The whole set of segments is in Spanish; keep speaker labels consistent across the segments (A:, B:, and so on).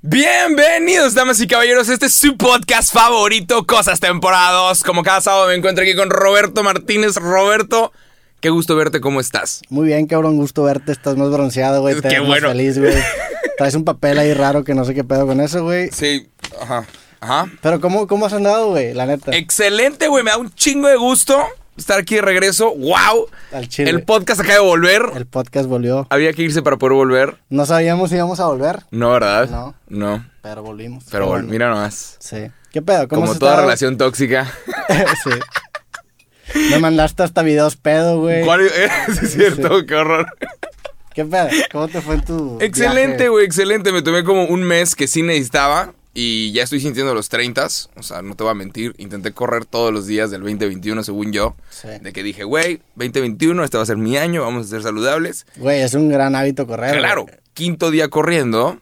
A: Bienvenidos, damas y caballeros. Este es su podcast favorito, Cosas Temporadas. Como cada sábado me encuentro aquí con Roberto Martínez. Roberto, qué gusto verte, ¿cómo estás?
B: Muy bien, cabrón, gusto verte. Estás más bronceado, güey.
A: Qué
B: Te ves más
A: bueno.
B: feliz, güey. Traes un papel ahí raro que no sé qué pedo con eso, güey.
A: Sí, ajá. Ajá.
B: Pero ¿cómo, cómo has andado, güey? La neta.
A: Eh, Excelente, güey. Me da un chingo de gusto estar aquí de regreso. ¡Wow!
B: Al chile.
A: El podcast acaba de volver.
B: El podcast volvió.
A: Había que irse para poder volver.
B: No sabíamos si íbamos a volver,
A: No, ¿verdad?
B: No.
A: No.
B: pero volvimos.
A: Pero
B: Qué
A: vol-
B: bueno.
A: mira nomás.
B: Sí. ¿Qué pedo? ¿Cómo
A: Como
B: has
A: toda
B: estado?
A: relación tóxica.
B: sí. Me mandaste hasta videos pedo, güey.
A: ¿Cuál es? es cierto, qué horror.
B: ¿Qué pedo? ¿Cómo te fue en tu
A: Excelente,
B: viaje?
A: güey, excelente. Me tomé como un mes que sí necesitaba y ya estoy sintiendo los 30. O sea, no te voy a mentir. Intenté correr todos los días del 2021, según yo.
B: Sí.
A: De que dije, güey, 2021, este va a ser mi año, vamos a ser saludables.
B: Güey, es un gran hábito correr.
A: claro,
B: güey.
A: quinto día corriendo,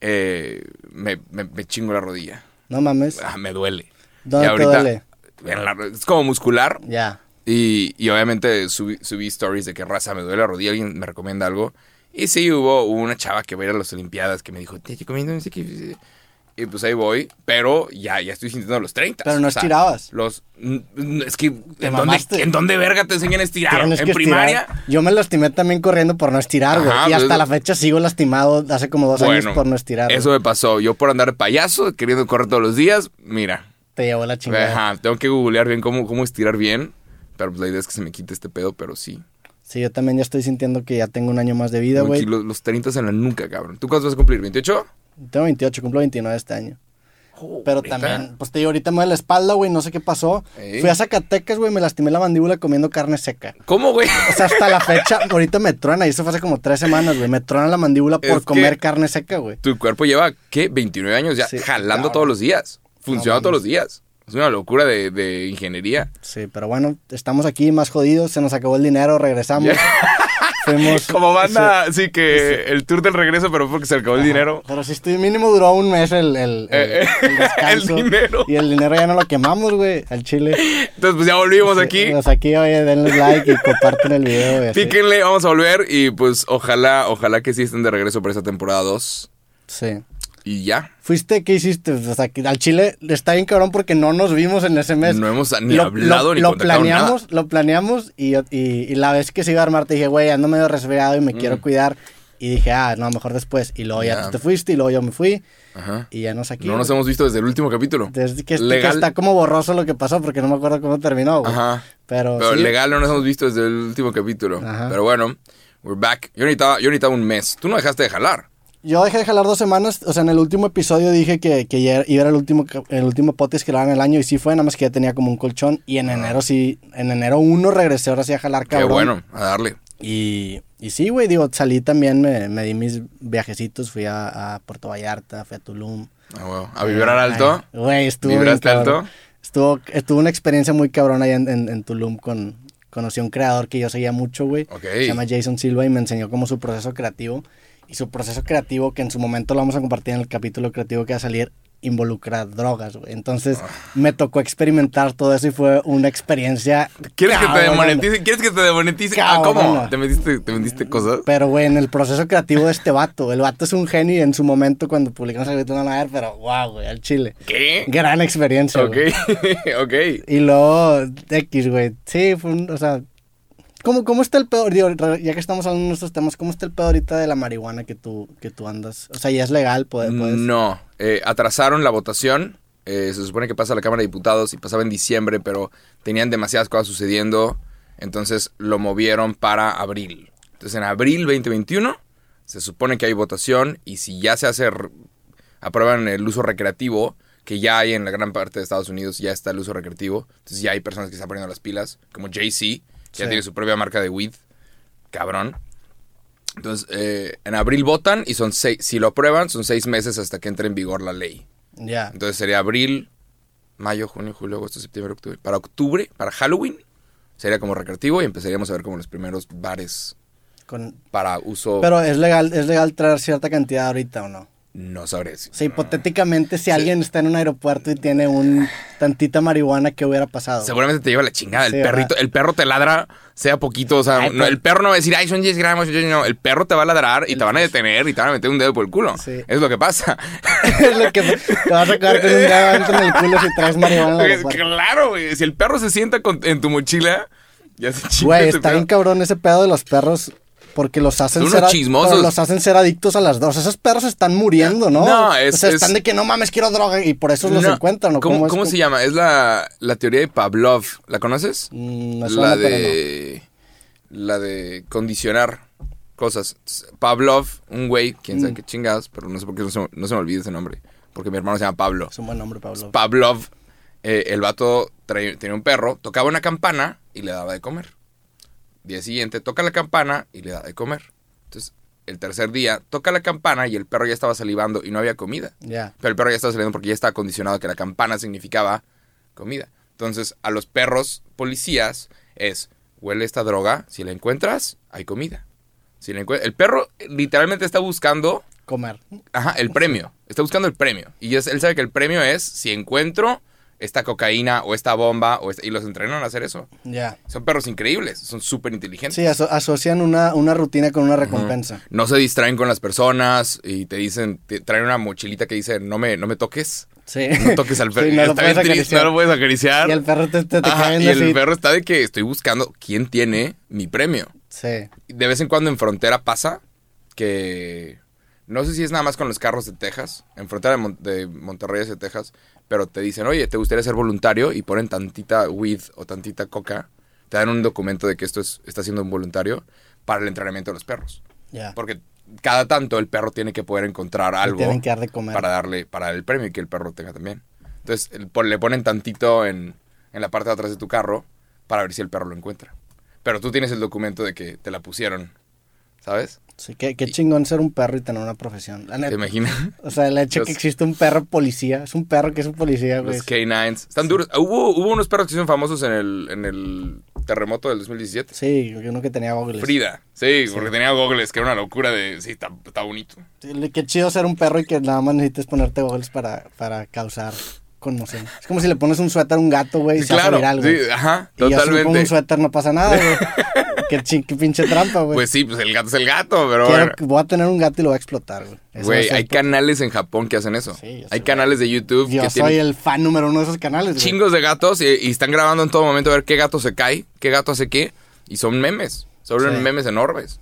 A: eh, me, me- me chingo la rodilla.
B: No mames.
A: Ah, me duele.
B: ¿Dónde
A: Y
B: te duele?
A: en la- es como muscular.
B: Ya.
A: Y, y obviamente subí, subí stories de que raza me duele la rodilla, alguien me recomienda algo. Y sí, hubo una chava que va a ir a las Olimpiadas que me dijo, te recomiendo, no sé qué". Y pues ahí voy, pero ya, ya estoy sintiendo los 30.
B: Pero no
A: O sea,
B: estirabas.
A: Los, n- n- es que, ¿en dónde,
B: mamaste.
A: ¿en dónde verga te enseñan a estirar?
B: Tienes
A: ¿En
B: que estirar.
A: primaria?
B: Yo me lastimé también corriendo por no estirar, güey.
A: Ajá,
B: Y hasta
A: pues-
B: la fecha sigo lastimado hace como dos años por no estirar.
A: eso
B: güey.
A: me pasó. Yo por andar de payaso, queriendo correr todos los días, mira.
B: Te llevó la chingada.
A: Ajá, tengo que googlear bien cómo, cómo estirar bien. Pero pues la idea es que se me quite este pedo, pero sí.
B: Sí, yo también ya estoy sintiendo que ya tengo un año más de vida,
A: Tengo aquí
B: güey.
A: los, los 30 en la nuca, cabrón. ¿Tú cuántos vas a cumplir? ¿28?
B: Tengo 28, cumplo 29 este año. Pero también, pues te digo, ahorita me duele la espalda, güey, no sé qué pasó.
A: Ey.
B: Fui a Zacatecas, güey, me lastimé la mandíbula comiendo carne seca.
A: ¿Cómo, güey?
B: O sea, hasta la fecha, ahorita me truena, y eso fue hace como tres semanas, güey. Me truena la mandíbula por
A: Es que-
B: comer carne seca, güey.
A: Tu cuerpo lleva, ¿qué? 29 años ya
B: Sí,
A: jalando
B: cabrón.
A: todos los días. Funcionando
B: No mames.
A: todos los días. Es una locura de, de ingeniería.
B: Sí, pero bueno, estamos aquí más jodidos, se nos acabó el dinero, regresamos. Fuimos.
A: Como
B: sí.
A: banda, sí, que el tour del regreso, pero porque se acabó el dinero.
B: Pero si estoy mínimo duró un mes el, el, el-
A: Eh, eh,
B: el descanso.
A: el dinero.
B: Y el dinero ya no lo quemamos, güey, al chile.
A: Entonces, pues ya volvimos aquí.
B: Pues aquí, oye, denle like y comparten el video, güey. así.
A: Píquenle, vamos a volver. Y pues ojalá, ojalá que sí estén de regreso para esta temporada 2.
B: Sí.
A: Y ya.
B: Fuiste, ¿qué hiciste? O sea, que al chile está bien cabrón porque no nos vimos en ese mes.
A: No hemos ni hablado ni
B: lo
A: contactado
B: planeamos, Lo planeamos y, yo- y, y la vez que se iba a armar te dije, güey, ando medio resfriado y me quiero cuidar. Y dije, ah, no, mejor después. Y luego ya
A: Mm. Ya.
B: tú te fuiste y luego yo me fui
A: Ajá.
B: y ya nos aquí.
A: No nos
B: güey.
A: hemos visto desde el último capítulo.
B: Desde que, este- que
A: Legal.
B: está como borroso lo que pasó porque no me acuerdo cómo terminó, güey.
A: Ajá.
B: Pero,
A: Pero
B: ¿Ah, sí,
A: legal no nos hemos visto desde el último capítulo.
B: Ajá.
A: Pero bueno, we're back. Yo necesitaba, yo necesitaba un mes. Tú no dejaste de jalar.
B: Yo dejé de jalar dos semanas. O sea, en el último episodio dije que, que ya iba a ser el último, ca- el último podcast que grababan el año. Y sí fue, nada más que ya tenía como un colchón. Y en enero sí, en enero uno regresé ahora sí a jalar, cabrón.
A: Qué bueno, a darle.
B: Y, y sí, güey, digo, salí también, me, me di mis viajecitos. Fui a, a Puerto Vallarta, fui a Tulum.
A: Ah, wow. A vibrar alto.
B: Ay, Güey, estuvo. bien
A: ¿Vibraste
B: cabrón.
A: alto?
B: Estuvo, estuvo una experiencia muy cabrona allá en, en- en Tulum con. Conocí a un creador que yo seguía mucho, güey.
A: Ok.
B: Se llama Jason Silva y me enseñó como su proceso creativo. Y su proceso creativo, que en su momento lo vamos a compartir en el capítulo creativo que va a salir, involucra drogas, güey. Entonces,
A: Ah.
B: me tocó experimentar todo eso y fue una experiencia.
A: ¿Quieres que te
B: cabrona.
A: demonetice? ¿Quieres que te demonetice? Ah, ¿cómo?
B: Cabrona.
A: ¿Te metiste, te metiste cosas?
B: Pero, güey, en el proceso creativo de este vato. El vato es un genio y en su momento, cuando publicamos el video, no van a ver, pero wow, güey, al chile.
A: ¿Qué?
B: Gran experiencia,
A: Ok,
B: güey.
A: ok.
B: Y luego, X, güey. Sí, fue un, o sea, ¿cómo, ¿cómo está el pedo? Digo, re- ya que estamos hablando de estos temas, ¿cómo está el pedo ahorita de la marihuana que tú, que tú andas? O sea, ya es legal, puede- puedes.
A: Mm, No, eh, atrasaron la votación. Eh, se supone que pasa a la Cámara de Diputados y pasaba en diciembre, pero tenían demasiadas cosas sucediendo. Entonces lo movieron para abril. Entonces en abril 2021 se supone que hay votación y si ya se hace, r- aprueban el uso recreativo, que ya hay en la gran parte de Estados Unidos, ya está el uso recreativo. Entonces ya hay personas que se están poniendo las pilas, como Jay-Z, que ya
B: Sí.
A: tiene su propia marca de weed. Cabrón. Entonces, eh, en abril votan y son seis, si lo aprueban, son seis meses hasta que entre en vigor la ley.
B: Ya.
A: Entonces sería abril, mayo, junio, julio, agosto, septiembre, octubre. Para octubre, para Halloween, sería como recreativo y empezaríamos a ver como los primeros bares
B: con-
A: para uso.
B: Pero es legal, es legal traer cierta cantidad ahorita o no.
A: No sabré decir.
B: O sea, hipotéticamente, si alguien está en un aeropuerto y tiene un tantita marihuana, ¿qué hubiera pasado?
A: Seguramente te lleva la chingada. El
B: Sí,
A: perrito,
B: ¿verdad?
A: el perro te ladra, sea poquito, o sea,
B: Ay,
A: no,
B: pero-
A: el perro no va a decir, ay, son 10 gramos, yo- yo- no. El perro te va a ladrar y te van a detener y te van a meter un dedo por el culo.
B: Sí.
A: Es lo que pasa.
B: es lo que te vas a acabar con un dedo adentro en el culo si traes marihuana en el
A: Porque,
B: aeropuerto.
A: claro, güey. Si el perro se sienta con- en tu mochila, ya se chinga.
B: Güey,
A: ese
B: está bien
A: pedo.
B: cabrón ese pedo de los perros. Porque los hacen,
A: Son
B: ser
A: unos
B: a-
A: chismosos.
B: pero los hacen ser adictos a las dos. Esos perros están muriendo, ¿no?
A: No, es-
B: O sea,
A: es-
B: están de que no mames, quiero droga. Y por eso los
A: No.
B: encuentran, ¿no?
A: ¿Cómo, cómo se llama? Es la, la teoría de Pavlov. ¿La conoces?
B: llama?
A: la de la de condicionar cosas. Pavlov, un güey, quién sabe qué chingados, pero no sé por qué no se, no se me olvida ese nombre, porque mi hermano se llama Pablo.
B: Es un buen nombre, Pablo.
A: Pavlov, eh, el vato trae- tenía un perro, tocaba una campana y le daba de comer. Día siguiente toca la campana y le da de comer. Entonces, el tercer día toca la campana y el perro ya estaba salivando y no había comida.
B: Ya.
A: Pero el perro ya estaba saliendo porque ya estaba condicionado que la campana significaba comida. Entonces, a los perros policías es, huele esta droga, si la encuentras, hay comida. Si la encuent- el perro eh, literalmente está buscando,
B: Comer.
A: ajá, el premio. Está buscando el premio. Y es- él sabe que el premio es, si encuentro esta cocaína o esta bomba, o esta- y los entrenan a hacer eso.
B: Ya.
A: Son perros increíbles, son súper inteligentes.
B: Sí, aso- asocian una, una rutina con una recompensa.
A: No se distraen con las personas y te dicen, te traen una mochilita que dice, no me, no me toques.
B: Sí.
A: No toques al perro.
B: Sí, no lo
A: Está
B: puedes
A: bien triste,
B: acariciar.
A: no lo puedes acariciar.
B: Y el perro te, te, te
A: Ajá,
B: cae viendo
A: y el
B: así.
A: perro está de que estoy buscando quién tiene mi premio.
B: Sí.
A: De vez en cuando en frontera pasa que no sé si es nada más con los carros de Texas, en frontera de, Mon- de Monterrey hacia Texas, pero te dicen, oye, ¿te gustaría ser voluntario? Y ponen tantita weed o tantita coca. Te dan un documento de que esto es, está siendo un voluntario para el entrenamiento de los perros.
B: Ya.
A: Porque cada tanto el perro tiene que poder encontrar algo
B: Tienen que dar de comer.
A: para darle para el premio y que el perro tenga también. Entonces el- pon- le ponen tantito en, en la parte de atrás de tu carro para ver si el perro lo encuentra. Pero tú tienes el documento de que te la pusieron, ¿sabes?
B: Sí, qué, qué chingón ser un perro y tener una profesión. La
A: ¿Te
B: neta.
A: imaginas?
B: O sea, el hecho
A: Los-
B: que existe un perro policía. Es un perro que es un policía, güey.
A: Los K9s. Están duros. Ah, Hubo, hubo unos perros que se hicieron famosos en el, en el terremoto del 2017.
B: Sí, uno que tenía goggles.
A: Frida. Sí, porque tenía goggles, que era una locura de... Sí, está, está bonito.
B: Sí, Qué chido ser un perro y que nada más necesites ponerte goggles para, para causar conmoción. Es como si le pones un suéter a un gato, güey, y
A: Sí,
B: se va a
A: claro,
B: salir algo.
A: sí, ajá,
B: Y yo si me pongo
A: totalmente.
B: un suéter no pasa nada, güey. qué, chi- qué pinche trampa, güey.
A: Pues sí, pues el gato es el gato, pero
B: Quiero-
A: bueno.
B: voy a tener un gato y lo voy a explotar, güey. Eso va a
A: Güey,
B: ser-
A: hay canales en Japón que hacen eso.
B: Sí, yo
A: hay
B: sé.
A: canales de YouTube
B: Yo
A: que
B: soy
A: tienen
B: el fan número uno de esos canales, güey.
A: chingos de gatos y, y están grabando en todo momento a ver qué gato se cae, qué gato hace qué. Y son memes. Son
B: Sí.
A: memes enormes.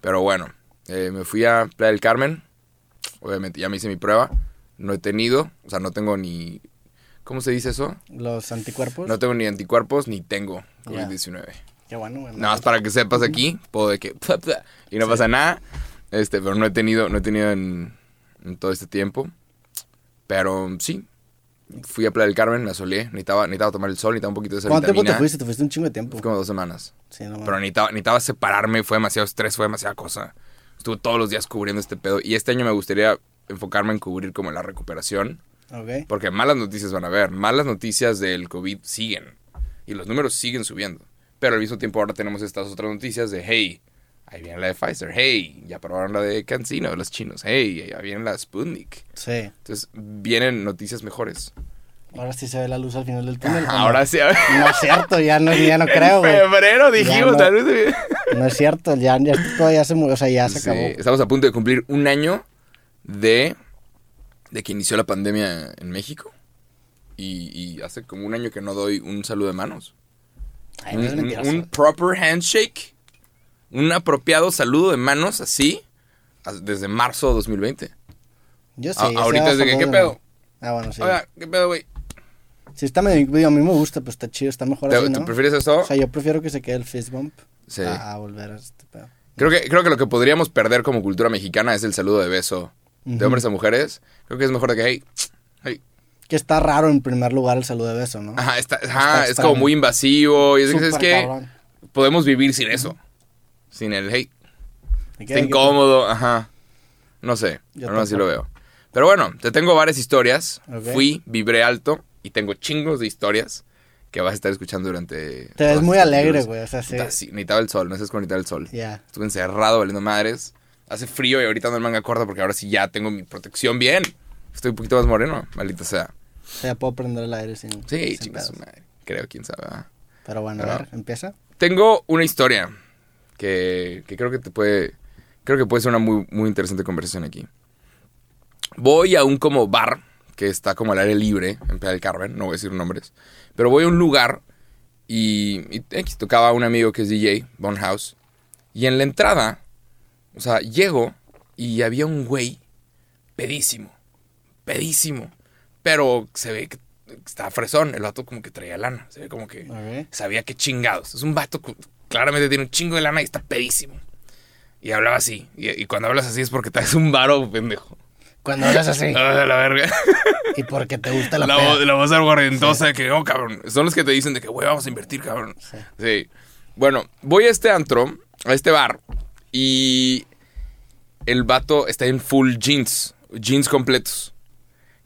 A: Pero bueno, eh, me fui a Playa del Carmen. Obviamente ya me hice mi prueba. No he tenido, o sea, no tengo ni... ¿Cómo se dice eso?
B: Los anticuerpos.
A: No tengo ni anticuerpos ni tengo
B: Pues Ya.
A: COVID-19.
B: Qué bueno, güey.
A: Nada más para que sepas aquí, puedo de que... Y no pasa nada. Este, pero no he tenido, no he tenido en, en todo este tiempo. Pero sí, fui a Playa del Carmen, me asoleé. Necesitaba, necesitaba tomar el sol, necesitaba un poquito de esa
B: ¿Cuánto tiempo te
A: vitamina.
B: fuiste? Te fuiste un chingo de tiempo.
A: Fue como dos semanas.
B: Sí, no,
A: Pero
B: mames.
A: necesitaba, necesitaba separarme, fue demasiado estrés, fue demasiada cosa. Estuve todos los días cubriendo este pedo. Y este año me gustaría enfocarme en cubrir como la recuperación.
B: Ok.
A: Porque malas noticias van a haber. Malas noticias del COVID siguen. Y los números siguen subiendo. Pero al mismo tiempo ahora tenemos estas otras noticias de, hey, ahí viene la de Pfizer. Hey, ya probaron la de CanSino, los chinos. Hey, ya viene la Sputnik.
B: Sí.
A: Entonces vienen noticias mejores.
B: Ahora sí se ve la luz al final del túnel. ¿o no?
A: Ahora sí. a ver.
B: No es cierto, ya no, ya no creo, güey.
A: En febrero dijimos.
B: no.
A: tal vez-
B: No es cierto, ya, ya todo ya se murió, o sea, ya se
A: Sí,
B: acabó.
A: estamos a punto de cumplir un año de, de que inició la pandemia en México. Y, y hace como un año que no doy un saludo de manos.
B: Ay, no
A: un,
B: es
A: un-
B: mentiroso.
A: un proper handshake, un apropiado saludo de manos así, as- desde marzo de 2020.
B: Yo sí.
A: a-
B: yo sí
A: ahorita
B: hago
A: es de que,
B: saludos
A: ¿qué
B: de
A: pedo?
B: mano. Ah, bueno, sí.
A: Oiga, ¿qué pedo, güey?
B: Si está medio, digo, a mí me gusta, pues está chido, está mejor
A: ¿Te-
B: así,
A: ¿Tú
B: ¿no?
A: prefieres eso?
B: O sea, yo prefiero que se quede el fist bump
A: Sí.
B: a, a volver a este pedo.
A: Creo que, creo que lo que podríamos perder como cultura mexicana es el saludo de beso de
B: Ujú.
A: hombres a mujeres. Creo que es mejor de que, hey, hey.
B: Que está raro en primer lugar el saludo de beso, ¿no?
A: Ajá, está- ajá,
B: Ah, Está
A: es como
B: extraño.
A: muy invasivo. Y es, que,
B: Súper
A: ¿sabes qué?
B: cabrón.
A: podemos vivir sin eso. Sin el, hey,
B: ¿Y qué-
A: Está
B: qué-
A: incómodo, ajá. No sé,
B: Yo
A: no así
B: tampoco.
A: lo veo. Pero bueno, te tengo varias historias.
B: Ok.
A: Fui, vibré alto y tengo chingos de historias que vas a estar escuchando durante...
B: Te ves muy alegre, güey, o sea, sí.
A: Necesitaba el sol, no sabes cómo necesitaba el sol.
B: Ya.
A: Estuve encerrado valiendo madres. hace frío y ahorita ando en manga corta porque ahora sí ya tengo mi protección bien. Estoy un poquito más moreno, maldita sea.
B: O sea, puedo prender el aire sin.
A: Sí,
B: sin
A: chinga su
B: pedos.
A: madre. Creo, quién sabe. ¿verdad?
B: Pero bueno,
A: Pero-
B: a ver, empieza.
A: Tengo una historia que, que creo que te puede. Creo que puede ser una muy, muy interesante conversación aquí. Voy a un como bar que está como al aire libre en Playa del Carmen, no voy a decir nombres, pero voy a un lugar y, y X, tocaba un amigo que es DJ, Bonhouse, y en la entrada, o sea, llego y había un güey pedísimo, pedísimo, pero se ve que está fresón, el vato como que traía lana, se ve como que
B: Ok.
A: sabía que chingados. Es un vato que claramente tiene un chingo de lana y está pedísimo. Y hablaba así. Y, y cuando hablas así es porque traes un varo, pendejo.
B: Cuando hablas así.
A: Ah, la verga.
B: y porque te gusta
A: La,
B: la,
A: voz-
B: peda.
A: la voz aguardentosa de que, oh, cabrón. Son los que te dicen de que, güey, vamos a invertir, cabrón. Sí. Bueno, voy a este antro, a este bar, y el vato está en full jeans, jeans completos.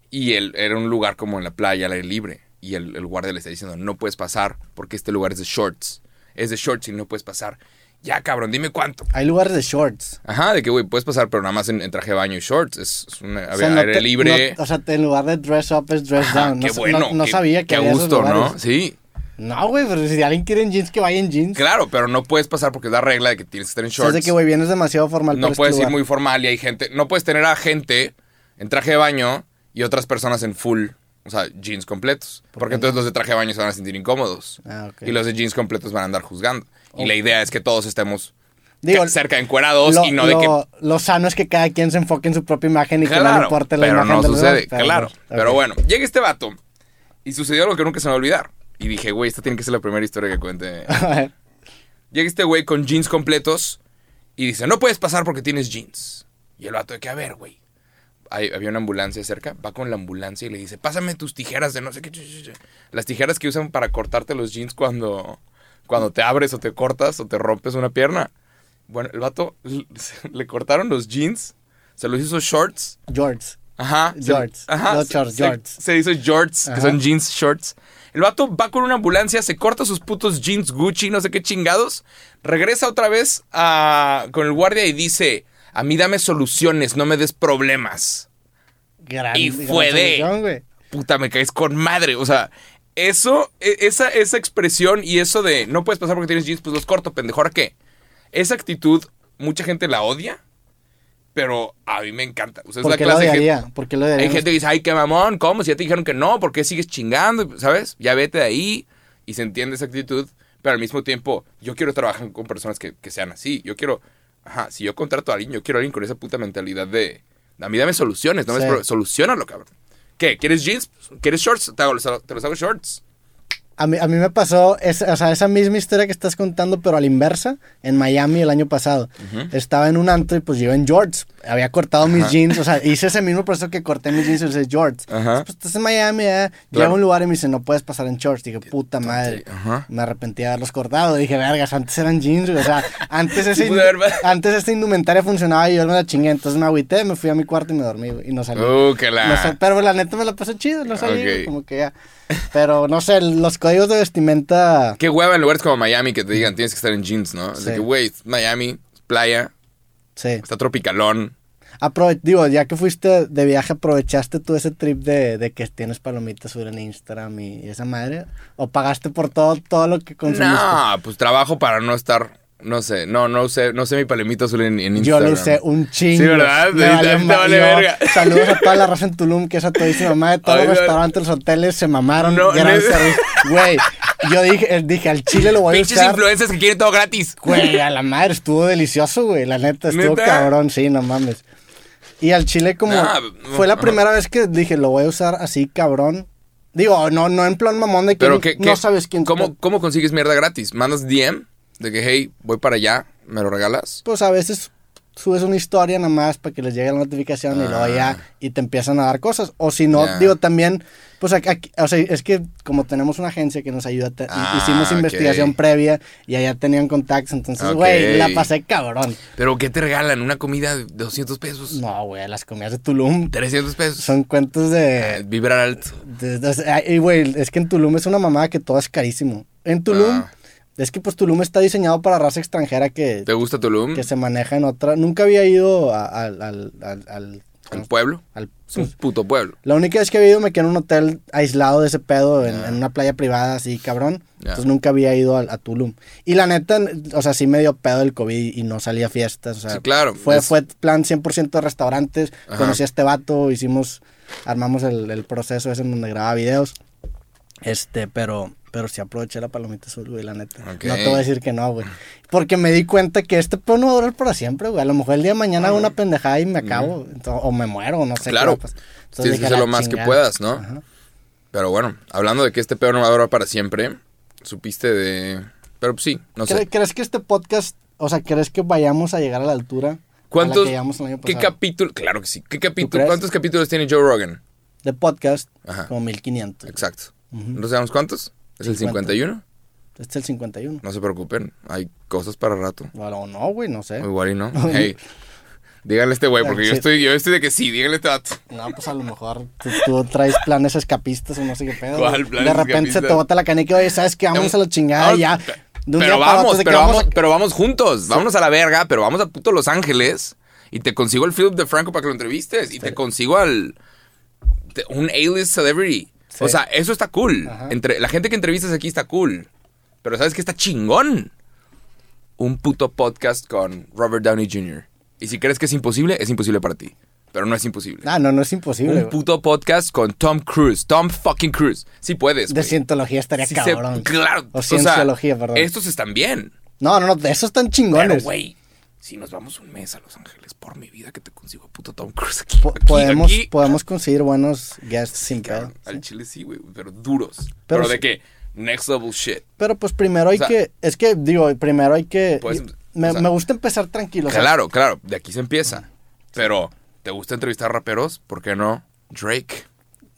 A: Y él era un lugar como en la playa, al aire libre. Y el, el guardia le está diciendo, no puedes pasar, porque este lugar es de shorts. Es de shorts y no puedes pasar. Ya, cabrón, dime cuánto.
B: Hay lugares de shorts.
A: Ajá, de que, güey, puedes pasar, pero nada más en, en traje de baño y shorts. Es, es una-
B: O sea, no
A: aire
B: te-
A: libre.
B: no- o sea, te- en lugar de dress up es dress
A: Ajá,
B: down. No,
A: Ah, qué
B: sa-
A: bueno.
B: no, no
A: qué-
B: sabía que
A: qué
B: había
A: gusto,
B: esos
A: ¿no?
B: lugares.
A: Sí.
B: No, güey, pero si alguien quiere en jeans, que vaya en jeans.
A: Claro, pero no puedes pasar porque es la regla de que tienes que estar en
B: O sea,
A: shorts.
B: es de que, güey, vienes demasiado formal
A: no
B: para este
A: puedes ir
B: lugar.
A: muy formal y hay gente. No puedes tener a gente en traje de baño y otras personas en full, o sea, jeans completos. porque entonces los de traje de baño se van a sentir incómodos.
B: Ah, ok.
A: Y los de jeans completos van a andar juzgando. Y la idea es que todos estemos
B: Digo,
A: ca- cerca encuerados
B: lo,
A: y no de que
B: lo- lo sano es que cada quien se enfoque en su propia imagen y que no le importe la
A: pero
B: imagen
A: no
B: de los demás,
A: sucede, claro.
B: ok.
A: Pero bueno, llega este vato y sucedió algo que nunca se me va a olvidar. Y dije, güey, esta tiene que ser la primera historia que cuente.
B: A ver,
A: Llega este güey con jeans completos y dice, no puedes pasar porque tienes jeans. Y el vato de que, a ver, güey. Hay- había una ambulancia cerca, va con la ambulancia y le dice, pásame tus tijeras de no sé qué. chu, chu, chu". Las tijeras que usan para cortarte los jeans cuando, cuando te abres o te cortas o te rompes una pierna. Bueno, el vato l- se- le cortaron los jeans, se los hizo shorts
B: George.
A: Ajá. se-
B: Jorts. No shorts,
A: se,
B: jorts.
A: se hizo jorts, que
B: Ajá.
A: son jeans shorts. El vato va con una ambulancia, se corta sus putos jeans Gucci, no sé qué chingados. Regresa otra vez a- con el guardia y dice, a mí dame soluciones, no me des problemas.
B: Gran,
A: Y
B: gran
A: fue de-
B: solución, güey.
A: Puta, me caes con madre. O sea, eso, e- esa, esa expresión y eso de no puedes pasar porque tienes jeans, pues los corto, pendejo. ¿Ahora qué? Esa actitud, mucha gente la odia, pero a mí me encanta. O sea, es
B: ¿Por
A: la
B: qué lo
A: clase de gente-
B: odiaría? ¿Por qué lo odiaría?
A: hay gente que dice, ay, qué mamón, ¿cómo? Si ya te dijeron que no, ¿por qué sigues chingando? ¿Sabes? Ya vete de ahí y se entiende esa actitud, pero al mismo tiempo, yo quiero trabajar con personas que, que sean así. Yo quiero, ajá, si yo contrato a alguien, yo quiero a alguien con esa puta mentalidad de, a mí dame soluciones, no me
B: Sí.
A: despro- solucionalo, cabrón. ¿Qué? ¿Quieres jeans? ¿Quieres shorts? Te, hago los- te los hago shorts.
B: A mí, a mí me pasó esa, o sea, esa misma historia que estás contando, pero a la inversa, en Miami el año pasado. Estaba en un antro y pues yo en shorts. Había cortado mis jeans, o sea, hice ese mismo proceso que corté mis jeans y usé shorts.
A: Ajá.
B: Pues estás en Miami, ¿eh? Llego a un lugar y me dicen, no puedes pasar en shorts. Dije, puta madre.
A: Ajá.
B: Me arrepentí de haberlos cortado. Dije, vergas, antes eran jeans, güey. O sea, antes, ese,
A: Pude haber-
B: antes esta indumentaria funcionaba y yo me la chingué. Entonces me agüité, me fui a mi cuarto y me dormí, güey, y no salí.
A: Uh, que
B: No sé,
A: la...
B: pero la neta me la pasé chido, no salí, güey,
A: Ok.
B: como que ya. Pero no sé, los códigos de vestimenta.
A: Qué hueva en lugares como Miami que te digan, tienes que estar en jeans, ¿no? Es de
B: Sí.
A: que, güey, Miami, playa,
B: Sí.
A: está tropicalón.
B: Aprove- digo, ya que fuiste de viaje, aprovechaste tú ese trip de, de que tienes palomitas sur en Instagram y esa madre. ¿O pagaste por todo, todo lo que consumiste?
A: No, pues trabajo para no estar, no sé, no, no usé, no sé mi palomito azul en, en
B: Yo
A: Instagram.
B: lo usé un chingo.
A: Sí, ¿verdad?
B: Me
A: A ti
B: valió
A: también te
B: ma-
A: vale
B: yo-
A: verga.
B: Saludos a toda la raza en Tulum, que es a todísima madre. Todos
A: Ay,
B: los
A: no.
B: restaurantes, los hoteles se mamaron.
A: No,
B: gran
A: no.
B: servicio. Güey, yo dije, dije, al chile lo voy a
A: Pinches
B: usar.
A: influencers que quieren todo gratis.
B: Güey, a la madre, estuvo delicioso, güey. La neta, estuvo
A: ¿Neta?
B: cabrón, sí, no mames. Y al chile como...
A: Nah,
B: fue la
A: ajá.
B: primera vez que dije, lo voy a usar así, cabrón. Digo, no, no en plan mamón de que
A: Pero que,
B: no sabes quién...
A: ¿cómo, ¿Cómo consigues mierda gratis? ¿Mandas DM? De que, hey, voy para allá, ¿me lo regalas?
B: Pues a veces subes una historia nada más para que les llegue la notificación y luego ya... Y te empiezan a dar cosas. O si no,
A: Ah. Ya.
B: digo, también... Pues aquí- aquí- o sea, es que como tenemos una agencia que nos ayuda, te-
A: Ah,
B: hicimos
A: ok.
B: investigación previa y allá tenían contactos. Entonces,
A: Ok.
B: güey, la pasé cabrón.
A: ¿Pero qué te regalan? ¿Una comida de 200 pesos?
B: No, güey, las comidas de Tulum
A: 300 pesos.
B: son cuentos de...
A: Eh, Vibrar alto.
B: De- de- o sea, ay, güey, es que en Tulum es una mamada que todo es carísimo. En Tulum,
A: Ah.
B: Es que pues Tulum está diseñado para raza extranjera que,
A: ¿Te gusta Tulum?
B: que se maneja en otra. Nunca había ido a- al- al- al- al-
A: ¿El pueblo?
B: al
A: Es un puto pueblo.
B: La única vez que había ido me quedé en un hotel aislado de ese pedo, en,
A: Ya.
B: en una playa privada así, cabrón.
A: Ya.
B: Entonces nunca había ido a, a Tulum. Y la neta, o sea, sí me dio pedo el COVID y no salía a fiestas. O sea,
A: Sí, claro.
B: Fue,
A: Es-
B: fue plan 100% de restaurantes.
A: Ajá.
B: Conocí a este vato, hicimos, armamos el, el proceso ese en donde grababa videos. Este, pero, pero sí aproveché la palomita azul, güey, la neta.
A: Ok.
B: No te voy a decir que no, güey. Porque me di cuenta que este pedo no va a durar para siempre, güey. A lo mejor el día de mañana hago una pendejada y me acabo. Ento- o me muero, no sé. qué
A: Claro.
B: va a pasar. Entonces
A: Tienes que
B: dije,
A: hacer
B: "La
A: lo más que
B: chingada".
A: puedas, ¿no?
B: Ajá.
A: Pero bueno, hablando de que este pedo no va a durar para siempre, supiste de... Pero pues, sí, no
B: ¿Cre-
A: sé.
B: ¿Crees que este podcast, o sea, crees que vayamos a llegar a la altura? a La
A: ¿Cuántos,
B: que llegamos el año
A: ¿Qué
B: pasado?
A: capítulo? Claro que sí. ¿Qué capítulo,
B: crees?
A: ¿Cuántos capítulos tiene Joe Rogan?
B: De podcast,
A: Ajá.
B: como 1500.
A: Exacto.
B: Ujú.
A: ¿No sabemos cuántos? ¿Es el
B: 50.
A: 51?
B: Este es el 51.
A: No se preocupen, hay cosas para rato.
B: O no, no, güey, no sé.
A: O Igual y no. Hey, díganle a este güey, porque yo
B: ¿Eh? Sí.
A: estoy, yo estoy de que sí, díganle a este vato.
B: No, pues a lo mejor tú, tú traes planes escapistas o no sé qué pedo.
A: ¿Cuál
B: güey.
A: planes
B: De repente se
A: escapistas?
B: te bota la canica y oye, ¿sabes qué? Vamos a la chingada y ya. De un
A: Em, Pero
B: día para
A: vamos,
B: otro, de que
A: pero
B: vamos a-
A: vamos, pero vamos juntos. Vámonos a la verga, pero vamos a puto Los Ángeles y te consigo el Philip de Franco para que lo entrevistes y te consigo al te- un A-list celebrity.
B: Sí.
A: O sea, eso está cool.
B: Ajá.
A: Entre la gente que entrevistas aquí está cool. Pero ¿sabes qué está chingón? Un puto podcast con Robert Downey Jr. Y si crees que es imposible, es imposible para ti. Pero no es imposible.
B: Ah, no, no es imposible.
A: un
B: güey.
A: puto podcast con Tom Cruise. Tom fucking Cruise. Sí puedes.
B: De
A: güey.
B: cientología estaría
A: Sí se-
B: cabrón.
A: claro.
B: O
A: sea,
B: cienciología, perdón.
A: Estos están bien.
B: No, no, no, de esos están
A: Pero,
B: chingones.
A: güey, si nos vamos un mes a Los Ángeles, por mi vida que te consigo a puto Tom Cruise aquí.
B: Po-
A: aquí,
B: podemos,
A: aquí. ah.
B: podemos conseguir buenos guests sin pedo.
A: Cabrón, Al chile sí, güey, pero duros. Pero,
B: Pero
A: de
B: sí.
A: que, next level shit.
B: Pero pues primero hay
A: O sea,
B: que. Es que, digo, primero hay que.
A: Puedes-
B: me,
A: o sea,
B: me gusta empezar tranquilo. o sea,
A: claro, claro, de aquí se empieza. Pero, ¿te gusta entrevistar raperos? ¿Por qué no? Drake,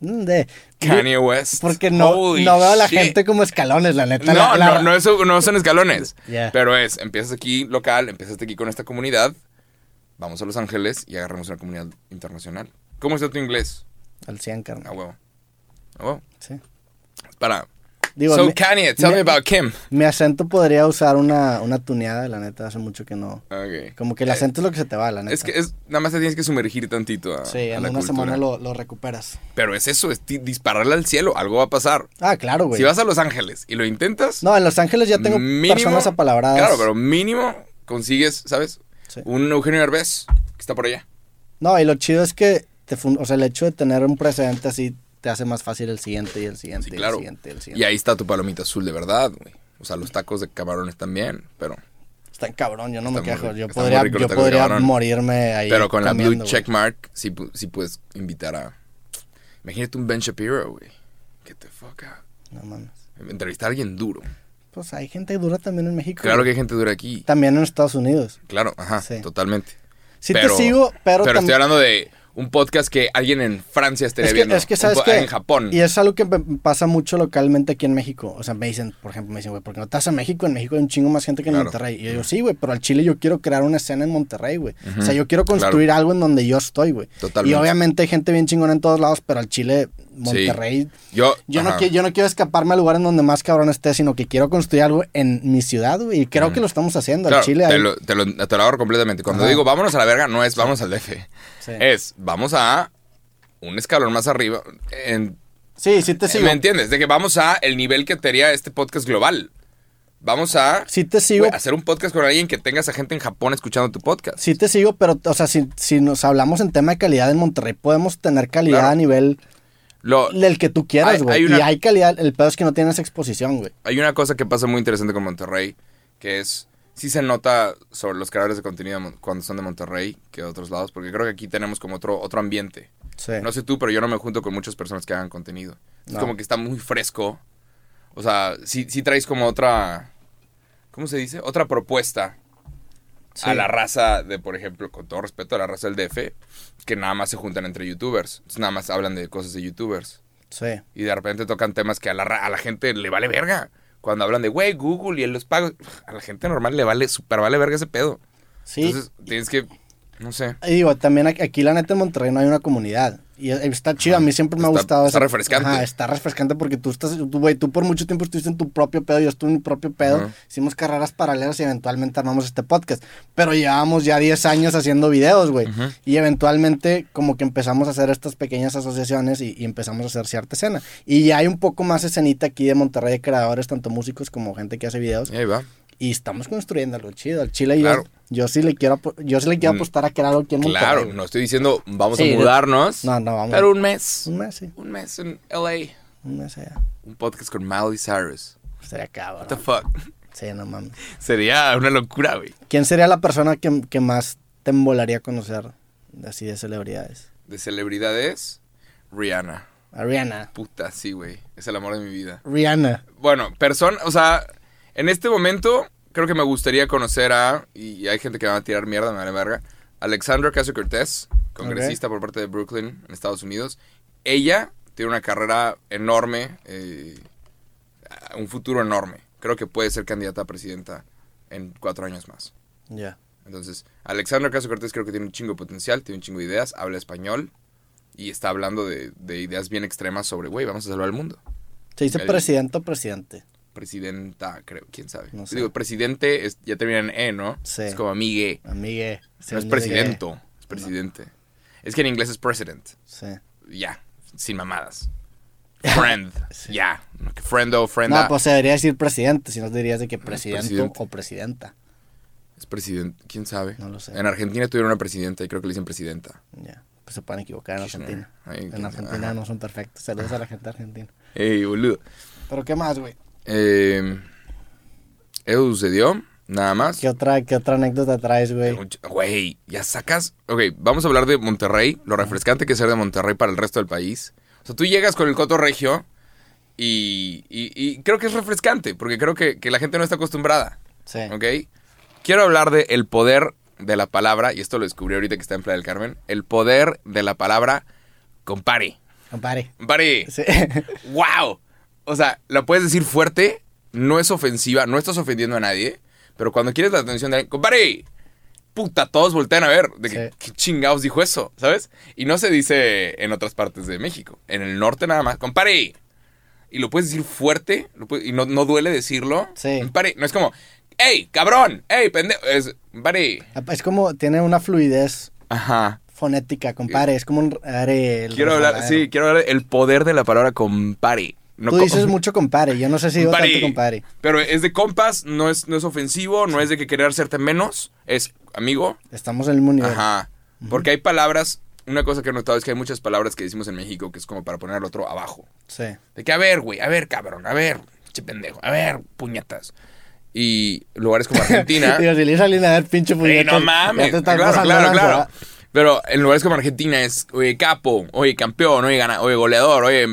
B: mm, de-
A: Kanye West.
B: Porque no,
A: Holy
B: no veo a la
A: shit.
B: gente como escalones, la neta.
A: No,
B: la- la-
A: no, no, es- no son escalones.
B: Ya.
A: Pero es, empiezas aquí local, empiezas aquí con esta comunidad, vamos a Los Ángeles y agarramos una comunidad internacional. ¿Cómo está tu inglés?
B: Al 100,
A: A
B: carnal.
A: huevo. A huevo.
B: Sí.
A: Es para.
B: Digo,
A: so,
B: me-
A: Kanye, tell me,
B: me-
A: about Kim.
B: Mi acento podría usar una, una tuneada, la neta. Hace mucho que no.
A: Okay.
B: Como que el acento es lo que se te va, la neta.
A: Eh, Es que es, nada más te tienes que sumergir tantito a,
B: Sí,
A: a
B: en
A: la
B: una
A: cultura.
B: semana lo, lo recuperas.
A: Pero es eso, es ti- dispararle al cielo, algo va a pasar.
B: Ah, claro, güey.
A: Si vas a Los Ángeles y lo intentas,
B: No, en Los Ángeles ya tengo
A: mínimo-
B: personas apalabradas.
A: Claro, pero mínimo consigues, ¿sabes?
B: Sí.
A: Un Eugenio Herbés que está por allá.
B: No, y lo chido es que, te fun- o sea, el hecho de tener un precedente así te hace más fácil el siguiente y el siguiente
A: Sí,
B: y
A: claro.
B: el siguiente y el
A: Y
B: siguiente.
A: ahí está tu palomita azul de verdad, güey. O sea, los tacos de camarones también, pero,
B: Está en cabrón, yo no
A: Está
B: me
A: muy
B: quejo.
A: rico,
B: Yo
A: está
B: podría,
A: muy rico el
B: yo
A: taco de
B: podría
A: camarón.
B: morirme ahí.
A: pero con la blue
B: comiendo, güey.
A: checkmark sí, pu- sí puedes invitar a... Imagínate un Ben Shapiro, güey. Que te foca.
B: No mames.
A: Entrevistar a alguien duro.
B: Pues hay gente dura también en México.
A: Claro
B: güey.
A: que hay gente dura aquí.
B: También en Estados Unidos.
A: Claro, ajá,
B: Sí.
A: totalmente.
B: Sí te sigo, pero,
A: Pero estoy
B: tam-
A: hablando de un podcast que alguien en Francia estaría
B: es que,
A: viendo.
B: es que
A: un
B: sabes
A: po-
B: que
A: En Japón.
B: Y es algo que me pasa mucho localmente aquí en México. O sea, me dicen, por ejemplo, me dicen, güey, ¿por qué no te vas a México? En México hay un chingo más gente que en
A: Claro.
B: Monterrey. Y yo digo, sí, güey, pero al Chile yo quiero crear una escena en Monterrey, güey.
A: Ujú.
B: O sea, yo quiero construir algo en donde yo estoy, güey. Y
A: Totalmente.
B: obviamente hay gente bien chingona en todos lados, pero al Chile, Monterrey.
A: Yo,
B: Yo no,
A: ajá.
B: qui- yo no quiero escaparme a lugares donde más cabrón esté, sino que quiero construir algo en mi ciudad, güey. Y creo que lo estamos haciendo.
A: Claro,
B: al Chile
A: te,
B: hay-
A: lo, te, lo, te lo ahorro completamente. Cuando
B: Ajá.
A: digo vámonos a la verga, no es vamos al DF.
B: Sí.
A: Es vamos a un escalón más arriba. en-
B: Sí, sí te sigo.
A: ¿Me entiendes? De que vamos a el nivel que tenía este podcast global. Vamos a
B: Sí te sigo,
A: güey, hacer un podcast con alguien que tengas a gente en Japón escuchando tu podcast.
B: Sí te sigo, pero, o sea, si, si nos hablamos en tema de calidad en Monterrey, podemos tener calidad
A: Claro.
B: a nivel
A: Lo,
B: del que tú
A: Hay-
B: quieras, güey.
A: hay una-
B: Y hay calidad, el pedo es que no tienes exposición, güey.
A: hay una cosa que pasa muy interesante con Monterrey, que es, sí se nota sobre los creadores de contenido mon- cuando son de Monterrey que de otros lados, porque creo que aquí tenemos como otro, otro ambiente.
B: Sí.
A: No sé tú, pero yo no me junto con muchas personas que hagan contenido. Es
B: No.
A: como que está muy fresco. O sea, sí, sí traes como otra, ¿cómo se dice? Otra propuesta
B: Sí.
A: a la raza de, por ejemplo, con todo respeto a la raza del DF, que nada más se juntan entre youtubers. Entonces, nada más hablan de cosas de youtubers.
B: Sí.
A: Y de repente tocan temas que a la, ra- a la gente le vale verga. Cuando hablan de, güey, Google y los pagos. A la gente normal le vale, super vale verga ese pedo.
B: Sí.
A: Entonces tienes que, no sé.
B: y digo, también aquí- aquí la neta en Monterrey no hay una comunidad. Y está chido, a mí siempre me ha
A: Está-
B: gustado.
A: está
B: ese-
A: refrescante.
B: Ajá, está refrescante porque tú estás, tú, güey, tú por mucho tiempo estuviste en tu propio pedo, yo estuve en mi propio pedo.
A: Ajá.
B: Hicimos carreras paralelas y eventualmente armamos este podcast. Pero llevábamos ya 10 años haciendo videos, güey.
A: Ujú.
B: Y eventualmente como que empezamos a hacer estas pequeñas asociaciones y, y empezamos a hacer cierta escena. Y ya hay un poco más escenita aquí de Monterrey de creadores, tanto músicos como gente que hace videos.
A: Y ahí va.
B: Y estamos construyendo algo chido. Al Chile yo-
A: Claro.
B: yo, sí le quiero apo- yo sí le quiero
A: Mm.
B: apostar a crear algo aquí en Monterrey.
A: Claro,
B: güey.
A: no estoy diciendo vamos
B: Sí,
A: a
B: de-
A: mudarnos.
B: No, no, vamos.
A: Pero un mes.
B: Un mes, sí.
A: Un mes en LA.
B: Un mes allá.
A: Un podcast con Miley Cyrus.
B: Sería
A: What the
B: cabrón.
A: fuck.
B: Sí, no mames.
A: Sería una locura, güey.
B: ¿Quién sería la persona que, que más te embolaría conocer así de celebridades?
A: De celebridades, Rihanna.
B: Rihanna.
A: Puta, sí, güey. Es el amor de mi vida.
B: Rihanna.
A: Bueno, persona, o sea, en este momento creo que me gustaría conocer a, y hay gente que me va a tirar mierda, me vale verga, Alexandra Ocasio-Cortez, congresista por parte de Brooklyn, en Estados Unidos. Ella tiene una carrera enorme, eh, un futuro enorme. Creo que puede ser candidata a presidenta en cuatro años más.
B: Ya.
A: Entonces, Alexandra Ocasio Cortés creo que tiene un chingo de potencial, tiene un chingo de ideas, habla español y está hablando de, de ideas bien extremas sobre, güey, vamos a salvar al mundo.
B: ¿Se dice
A: El-
B: presidente o presidente?
A: Presidenta, creo, quién sabe.
B: No sé.
A: Digo, presidente es- ya termina en E, ¿no?
B: Sí.
A: Es como amigue.
B: Amigue. Sí,
A: no es
B: amigue.
A: presidento, es presidente. Es que en inglés es president.
B: Sí.
A: Ya, sin mamadas. Friend,
B: Sí.
A: ya. No, que Friendo, frienda.
B: No, pues se debería decir presidente, si no dirías de que presidente,
A: presidente.
B: o presidenta.
A: Es presidente, quién sabe.
B: No lo sé.
A: En Argentina tuvieron una presidenta y creo que le dicen presidenta.
B: Ya. Pues se pueden equivocar en
A: Kirchner.
B: Argentina.
A: Ahí,
B: en
A: quién
B: Argentina
A: sabe.
B: no son perfectos. Saludos a la gente argentina.
A: Ey, boludo.
B: Pero ¿qué más, güey?
A: Eh, eso sucedió, nada más.
B: ¿Qué otra, ¿Qué otra anécdota traes, güey?
A: Güey, ya sacas. Ok, vamos a hablar de Monterrey, lo refrescante que es ser de Monterrey para el resto del país. O sea, tú llegas con el coto regio y, y- y creo que es refrescante, porque creo que, que la gente no está acostumbrada.
B: Sí.
A: ¿Ok? Quiero hablar de el poder de la palabra, y esto lo descubrí ahorita que está en Playa del Carmen. El poder de la palabra, compare.
B: Compare.
A: Compare.
B: Sí.
A: ¡Wow! O sea, la puedes decir fuerte, no es ofensiva, no estás ofendiendo a nadie, pero cuando quieres la atención de alguien, compadre, puta, todos voltean a ver, de que,
B: Sí.
A: ¿qué chingados dijo eso? ¿Sabes? Y no se dice en otras partes de México, en el norte nada más, compadre. Y lo puedes decir fuerte, lo puedes- y no, no duele decirlo.
B: Sí.
A: Compadre, no es como, ¡ey, cabrón! ¡ey, pendejo! Es, compadre.
B: Es como, tiene una fluidez
A: Ajá.
B: fonética, compare. Es como un are, el
A: Quiero hablar,
B: resbaladero.
A: sí, quiero hablar del poder de la palabra compare. No
B: Tú
A: co-
B: dices mucho compare. Yo no sé si digo
A: Compare.
B: tanto compare.
A: Pero es de compas, no es, no es ofensivo, no es de que querer hacerte menos, es amigo.
B: Estamos en el mismo nivel.
A: Ajá. Porque hay palabras, una cosa que he notado es que hay muchas palabras que decimos en México que es como para poner al otro abajo.
B: Sí.
A: De que, a ver, güey, a ver, cabrón, a ver, che pendejo, a ver, puñetas. Y lugares como Argentina.
B: Digo, si le salen a ver pinche
A: Ey,
B: puñetas,
A: no
B: ya
A: mames.
B: te estás
A: Claro,
B: pasando
A: claro,
B: lanza.
A: claro. Pero en lugares como Argentina es, oye, capo, oye, campeón, oye, gana, oye, goleador, oye,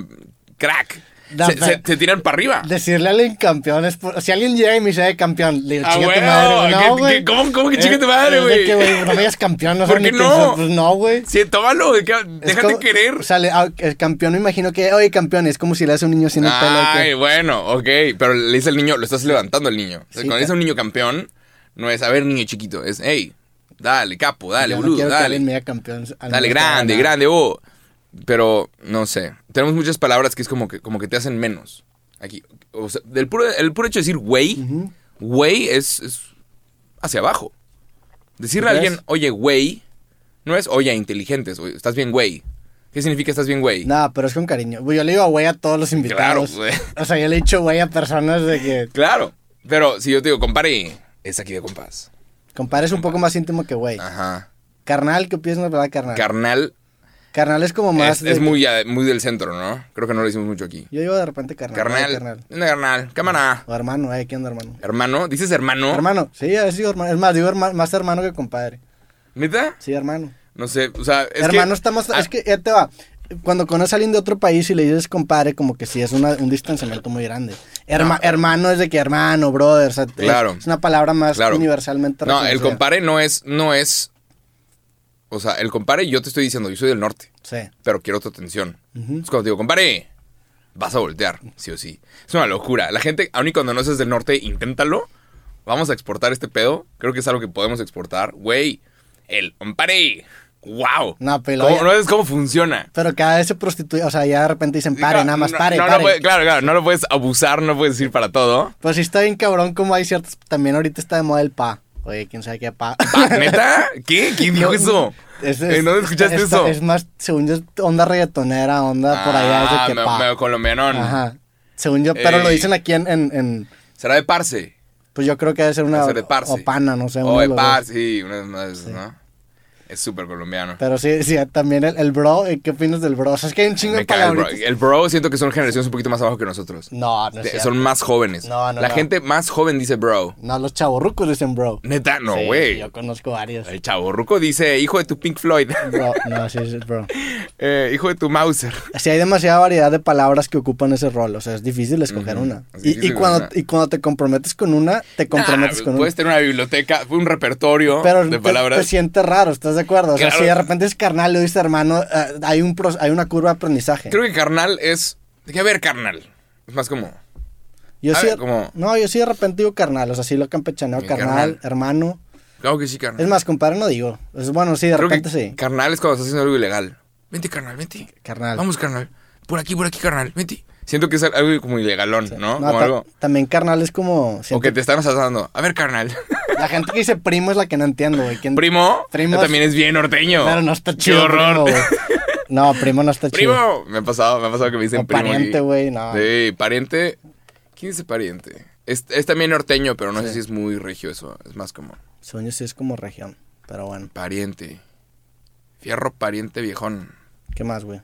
A: crack.
B: Da-
A: se, se- se tiran para arriba.
B: Decirle a alguien campeón es por- Si alguien llega y me dice "Eh, campeón, le digo,
A: Ah,
B: chinga tu
A: güey,
B: madre. güey".
A: ¿qué-
B: No, güey.
A: qué- cómo- cómo que
B: Eh,
A: chinga tu madre,
B: es de
A: güey?
B: que, No me digas campeón, no sé
A: ¿Por qué
B: ni qué
A: no?
B: es. Pues no, güey.
A: Sí, tómalo, de que-
B: Es
A: déjate
B: como-
A: querer.
B: O sea, le- ah, el campeón me imagino que, oye, campeón, es como si le hace un niño sin el pelo. de
A: Ay,
B: que-
A: bueno, ok. Pero le dice al niño, lo estás levantando al niño. O sea,
B: Sí,
A: cuando
B: ca-
A: dice a un niño campeón, no es, a ver, niño chiquito, es, hey, dale, capo, dale,
B: Yo no
A: boludo,
B: quiero que alguien me
A: dale.
B: diga campeón. al
A: Dale,
B: menos para
A: grande,
B: ganar.
A: grande, oh. Pero, no sé. Tenemos muchas palabras que es como que, como que te hacen menos. Aquí. O sea, del puro, el puro hecho de decir güey, güey es, es hacia abajo. Decirle a
B: ¿Tú
A: alguien,
B: crees?
A: oye, güey, no es, oye, inteligentes, oye, estás bien, güey. ¿Qué significa estás bien, güey?
B: No, pero es con cariño. Güey, Yo le digo güey a todos los invitados.
A: Claro, güey.
B: O sea, yo le he dicho güey a personas de que.
A: Claro. Pero si yo te digo, compare, es aquí de compás.
B: Compadre es un poco más íntimo que güey.
A: Ajá.
B: Carnal, ¿qué opinas de la palabra carnal?
A: Ah. Carnal
B: carnal es como más.
A: es,
B: de
A: es
B: que-
A: muy, a- muy del centro, ¿no? Creo que no lo hicimos mucho aquí.
B: Yo digo de repente carnal.
A: Carnal.
B: eh, carnal.
A: Una carnal. Cámara.
B: O hermano, eh, ¿qué onda, hermano?
A: Hermano. ¿Dices hermano?
B: Hermano, sí, a veces digo hermano. Es más, digo herma- más hermano que compadre.
A: ¿Neta?
B: Sí, hermano.
A: No sé. O sea, es
B: hermano
A: que,
B: está más.
A: Ah,
B: Es que ya te va. Cuando conoces a alguien de otro país y le dices compadre, como que sí es una- un distanciamiento muy grande. Herma- Hermano es de que hermano, brother. o sea, es-
A: Claro.
B: Es, una palabra más
A: Claro.
B: universalmente
A: No, el
B: reconocida.
A: compare no es, no es. O sea, el compare, yo te estoy diciendo, yo soy del norte,
B: Sí.
A: pero quiero tu atención. Es cuando te digo, compare, vas a voltear, sí o sí. Es una locura. La gente, aun y cuando no seas del norte, inténtalo. Vamos a exportar este pedo. Creo que es algo que podemos exportar. Güey, el compare ¡Wow!
B: No, pero
A: ¿Cómo-
B: ya-
A: no sabes cómo funciona.
B: Pero cada vez se prostituye, o sea, ya de repente dicen, pare,
A: No,
B: nada más,
A: no,
B: pare,
A: no, no
B: pare.
A: puede- claro, claro, no lo puedes abusar, no puedes decir para todo.
B: Pues sí está bien cabrón como hay ciertos, también ahorita está de moda el pa. Oye, quién sabe qué pa.
A: Ah, ¿Neta? ¿Qué? ¿Quién dijo
B: No,
A: eso?
B: Es-
A: ¿En
B: es-
A: dónde escuchaste
B: esta-
A: eso?
B: Es más, según yo, onda reggaetonera, onda por allá, es
A: Ah,
B: de que
A: me-
B: pa.
A: me- colombianón.
B: Ajá. Según yo, pero lo
A: Ey.
B: dicen aquí en, en, en-
A: Será de Parse.
B: pues yo creo que debe ser una,
A: Debe ser de Parsi.
B: o pana, no sé. uno
A: o de
B: de los dos.
A: Parse, sí, una vez más, ¿no? Es súper colombiano.
B: Pero sí, sí, también el, el bro, eh, ¿qué opinas del bro? O sea, es que hay un chingo
A: Me
B: de
A: caga el bro.
B: palabritas.
A: El bro siento que son generaciones un poquito más abajo que nosotros.
B: No, no
A: Te-
B: es cierto.
A: son más jóvenes.
B: No, no,
A: La
B: no.
A: gente más joven dice bro.
B: No, los chavorrucos dicen bro.
A: Neta, no,
B: Sí,
A: güey.
B: yo conozco varios.
A: El chaborruco dice hijo de tu Pink Floyd.
B: Bro, no, sí, es bro.
A: Eh, hijo de tu Mauser.
B: Sí, hay demasiada variedad de palabras que ocupan ese rol. O sea, es difícil escoger
A: Ujú,
B: una.
A: es
B: Y- Y,
A: difícil,
B: cuando,
A: ¿verdad?
B: y cuando te comprometes con una, te comprometes
A: Nah, pues
B: con
A: Ah, puedes
B: una.
A: tener una biblioteca, un repertorio
B: Pero
A: de
B: te,
A: palabras.
B: te sientes raro, ¿estás de acuerdo? O sea,
A: Claro.
B: si de repente es carnal, lo dices hermano, eh, hay, un pro- hay una curva de aprendizaje.
A: Creo que carnal es. De que a ver, carnal. Es más como.
B: yo
A: a
B: sí,
A: ver, como-
B: No, yo sí de repente digo carnal. O sea, sí lo campechaneo,
A: Mi
B: carnal,
A: carnal.
B: hermano.
A: Claro que sí, carnal.
B: Es más, compadre, no digo. Es bueno, sí, de
A: Creo
B: repente
A: que
B: sí.
A: carnal es cuando estás haciendo algo ilegal. Vente, carnal, vente.
B: Carnal.
A: Vamos, carnal. Por aquí, por aquí, carnal. Vente. Siento que es algo como ilegalón, ¿no?
B: No,
A: como
B: ta-
A: algo.
B: También carnal es como...
A: O
B: siento-
A: que te están asaltando. A ver, carnal.
B: La gente que dice primo es la que no entiendo, güey. ¿Quién-
A: Primo.
B: Primos.
A: También es bien norteño.
B: Pero no está
A: Qué
B: chido.
A: horror.
B: primo, güey. no, primo no está chido.
A: Primo. Me ha pasado, me ha pasado que me dicen
B: O
A: primo.
B: pariente,
A: aquí.
B: güey, no.
A: Sí, pariente. ¿Quién dice pariente? Es, es también norteño, pero no sé si es muy regio eso. Es más como
B: Sueño sí es como región. Pero bueno,
A: pariente. Fierro pariente viejón.
B: ¿qué más, güey?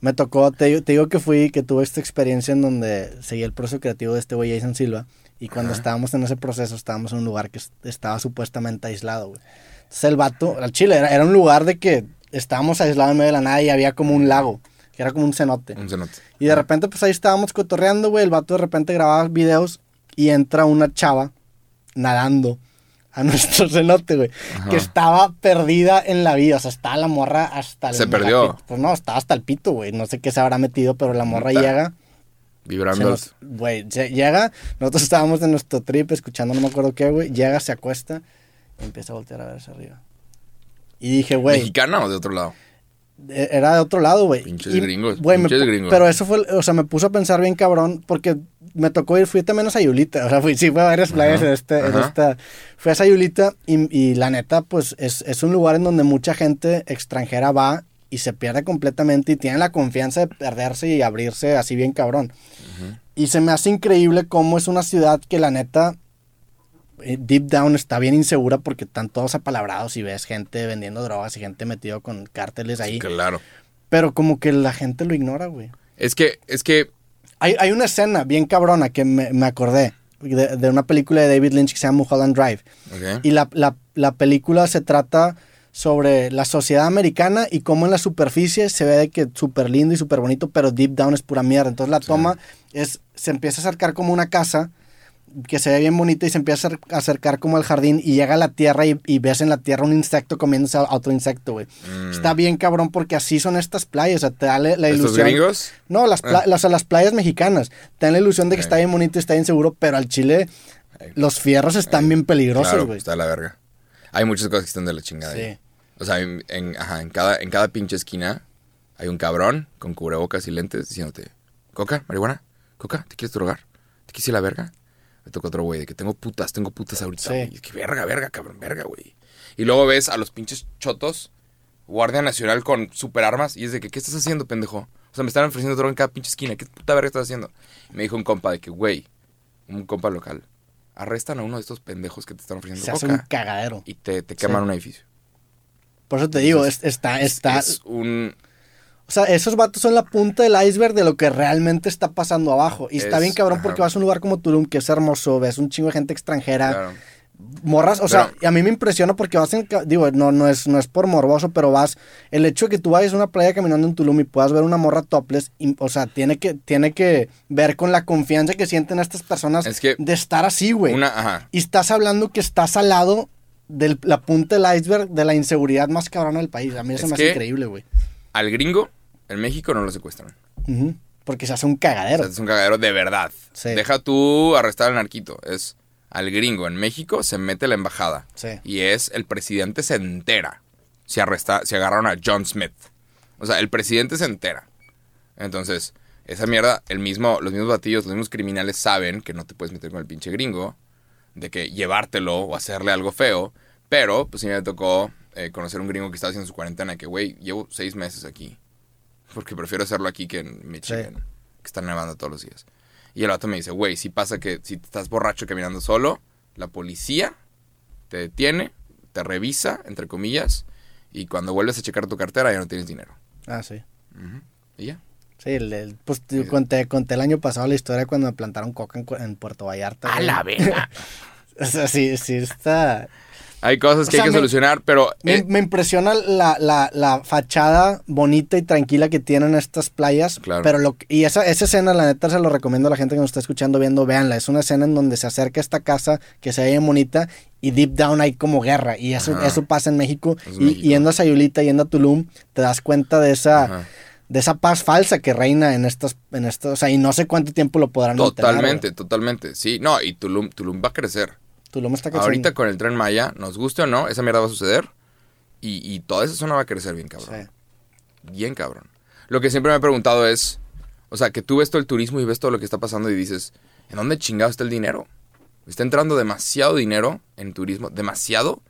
B: Me tocó, te, digo- te digo que fui, que tuve esta experiencia en donde seguí el proceso creativo de este güey Jason Silva. Y cuando estábamos en ese proceso, estábamos en un lugar que es- estaba supuestamente aislado, güey. Entonces el vato, al chile, era, era un lugar de que estábamos aislados en medio de la nada y había como un lago, que era como un cenote.
A: Un cenote.
B: Y de repente, pues ahí estábamos cotorreando, güey. El vato de repente grababa videos y entra una chava nadando a nuestro cenote, güey. Que estaba perdida en la vida. O sea, estaba la morra hasta el.
A: Se perdió.
B: Pues no, estaba hasta el pito, güey. No sé qué se habrá metido, pero la morra
A: Puta.
B: llega. se
A: Vibrando.
B: nos- Güey, se- llega. Nosotros estábamos en nuestro trip escuchando, no me acuerdo qué, güey. Llega, se acuesta y empieza a voltear a ver hacia arriba. Y dije, güey.
A: ¿Mexicana o de otro lado?
B: E- Era de otro lado, güey.
A: Pinches
B: Y,
A: gringos,
B: güey, me
A: pinches
B: pu-
A: gringos.
B: Pero eso fue, o sea, me puso a pensar bien cabrón porque me tocó ir, fui también a Sayulita. O sea, fui, sí, fui a varias playas en, este, en
A: ajá.
B: esta. Fui a Sayulita y, y la neta, pues es, es un lugar en donde mucha gente extranjera va y se pierde completamente y tiene la confianza de perderse y abrirse así bien cabrón. Y se me hace increíble cómo es una ciudad que la neta eh, deep down está bien insegura porque están todos apalabrados y ves gente vendiendo drogas y gente metido con cárteles ahí.
A: Claro.
B: Pero como que la gente lo ignora, güey.
A: Es que, es que,
B: Hay, hay una escena bien cabrona que me, me acordé de, de una película de David Lynch que se llama Mulholland Drive.
A: ok.
B: Y la, la- la película se trata sobre la sociedad americana y cómo en la superficie se ve de que súper lindo y súper bonito, pero deep down es pura mierda. Entonces la toma es, se empieza a acercar como una casa que se ve bien bonita y se empieza a acer- a acercar como al jardín y llega a la tierra y, y ves en la tierra un insecto comiéndose a otro insecto, güey.
A: Mm.
B: Está bien cabrón porque así son estas playas, o sea, te da la, la
A: ¿Estos
B: ilusión.
A: gringos?
B: No, las, pla- las, las playas mexicanas. Te dan la ilusión de que
A: Ah. Ok.
B: está bien bonito y está bien seguro, pero al Chile los fierros están bien peligrosos,
A: Claro, pues,
B: güey.
A: está de la verga. Hay muchas cosas que están de la chingada.
B: Sí.
A: ahí. O sea, en, en- ajá, en cada, en cada pinche esquina hay un cabrón con cubrebocas y lentes diciéndote, coca, marihuana, coca, ¿te quieres drogar? ¿Te quise la verga? Me tocó otro güey de que tengo putas, tengo putas ahorita.
B: Sí.
A: güey. Es que verga, verga, cabrón, verga, güey. Y luego ves a los pinches chotos, Guardia Nacional con superarmas y es de que, ¿qué estás haciendo, pendejo? O sea, me están ofreciendo droga en cada pinche esquina. ¿Qué puta verga estás haciendo? Y me dijo un compa de que, güey, un compa local, arrestan a uno de estos pendejos que te están ofreciendo
B: se hace un
A: coca
B: cagadero.
A: y te, te queman un edificio.
B: Por eso te digo, es- está, está.
A: Es un...
B: o sea, esos vatos son la punta del iceberg de lo que realmente está pasando abajo. Y está
A: Es-
B: bien cabrón
A: ajá.
B: porque vas a un lugar como Tulum, que es hermoso, ves un chingo de gente extranjera.
A: Claro.
B: Morras, o sea,
A: Pero-
B: y a mí me impresiona porque vas en, ca- digo, no, no es, no es por morboso, pero vas, el hecho de que tú vayas a una playa caminando en Tulum y puedas ver una morra topless, y- o sea, tiene que, tiene que ver con la confianza que sienten estas personas
A: Es que-
B: de estar así, güey.
A: Una, ajá.
B: Y estás hablando que estás al lado de la punta del iceberg de la inseguridad más cabrona del país. A mí eso
A: Es
B: me hace
A: que-
B: increíble, güey.
A: Al gringo, en México no lo secuestran.
B: Ujú. Porque se hace un
A: O sea,
B: cagadero.
A: es un cagadero de verdad.
B: Sí.
A: Deja tú arrestar al narquito. Es al gringo. En México se mete la embajada.
B: Sí.
A: Y es el presidente se entera. si, arresta, si agarraron a John Smith. O sea, el presidente se entera. Entonces, esa mierda, el mismo, los mismos batillos, los mismos criminales saben que no te puedes meter con el pinche gringo, de que llevártelo o hacerle algo feo, pero pues sí me tocó eh, conocer un gringo que estaba haciendo su cuarentena, que güey, llevo seis meses aquí, porque prefiero hacerlo aquí que en Michigan, que está nevando todos los días. Y el vato me dice, güey, si pasa que si estás borracho caminando solo, la policía te detiene, te revisa, entre comillas, y cuando vuelves a checar tu cartera ya no tienes dinero.
B: Ah, sí.
A: Ujú. Y ya.
B: Sí, el- el- pues te conté, conté el año pasado la historia cuando me plantaron coca en, Cu- en Puerto Vallarta.
A: A
B: güey.
A: la verga.
B: O sea, sí, sí, está...
A: Hay cosas que
B: O sea,
A: hay que
B: me-
A: solucionar, pero
B: Me,
A: eh,
B: me impresiona la, la- la fachada bonita y tranquila que tienen estas playas.
A: Claro.
B: Pero lo, que- y esa, esa escena, la neta, se lo recomiendo a la gente que nos está escuchando, viendo, véanla. Es una escena en donde se acerca esta casa, que se ve bien bonita, y deep down hay como guerra. Y eso,
A: Ajá.
B: eso pasa en México.
A: Es
B: Y
A: México.
B: yendo a Sayulita, yendo a Tulum, te das cuenta de esa...
A: ajá,
B: De esa paz falsa que reina en estas, en estos, o sea, y no sé cuánto tiempo lo podrán mantener,
A: totalmente,
B: güey.
A: totalmente. Sí, no, y Tulum, Tulum va a crecer.
B: Tulum está creciendo.
A: Ahorita con el tren Maya, nos guste o no, esa mierda va a suceder. Y, y toda esa zona va a crecer bien, cabrón.
B: Sí.
A: Bien, cabrón. Lo que siempre me he preguntado es, o sea, que tú ves todo el turismo y ves todo lo que está pasando y dices, ¿en dónde chingado está el dinero? Está entrando demasiado dinero en turismo, demasiado.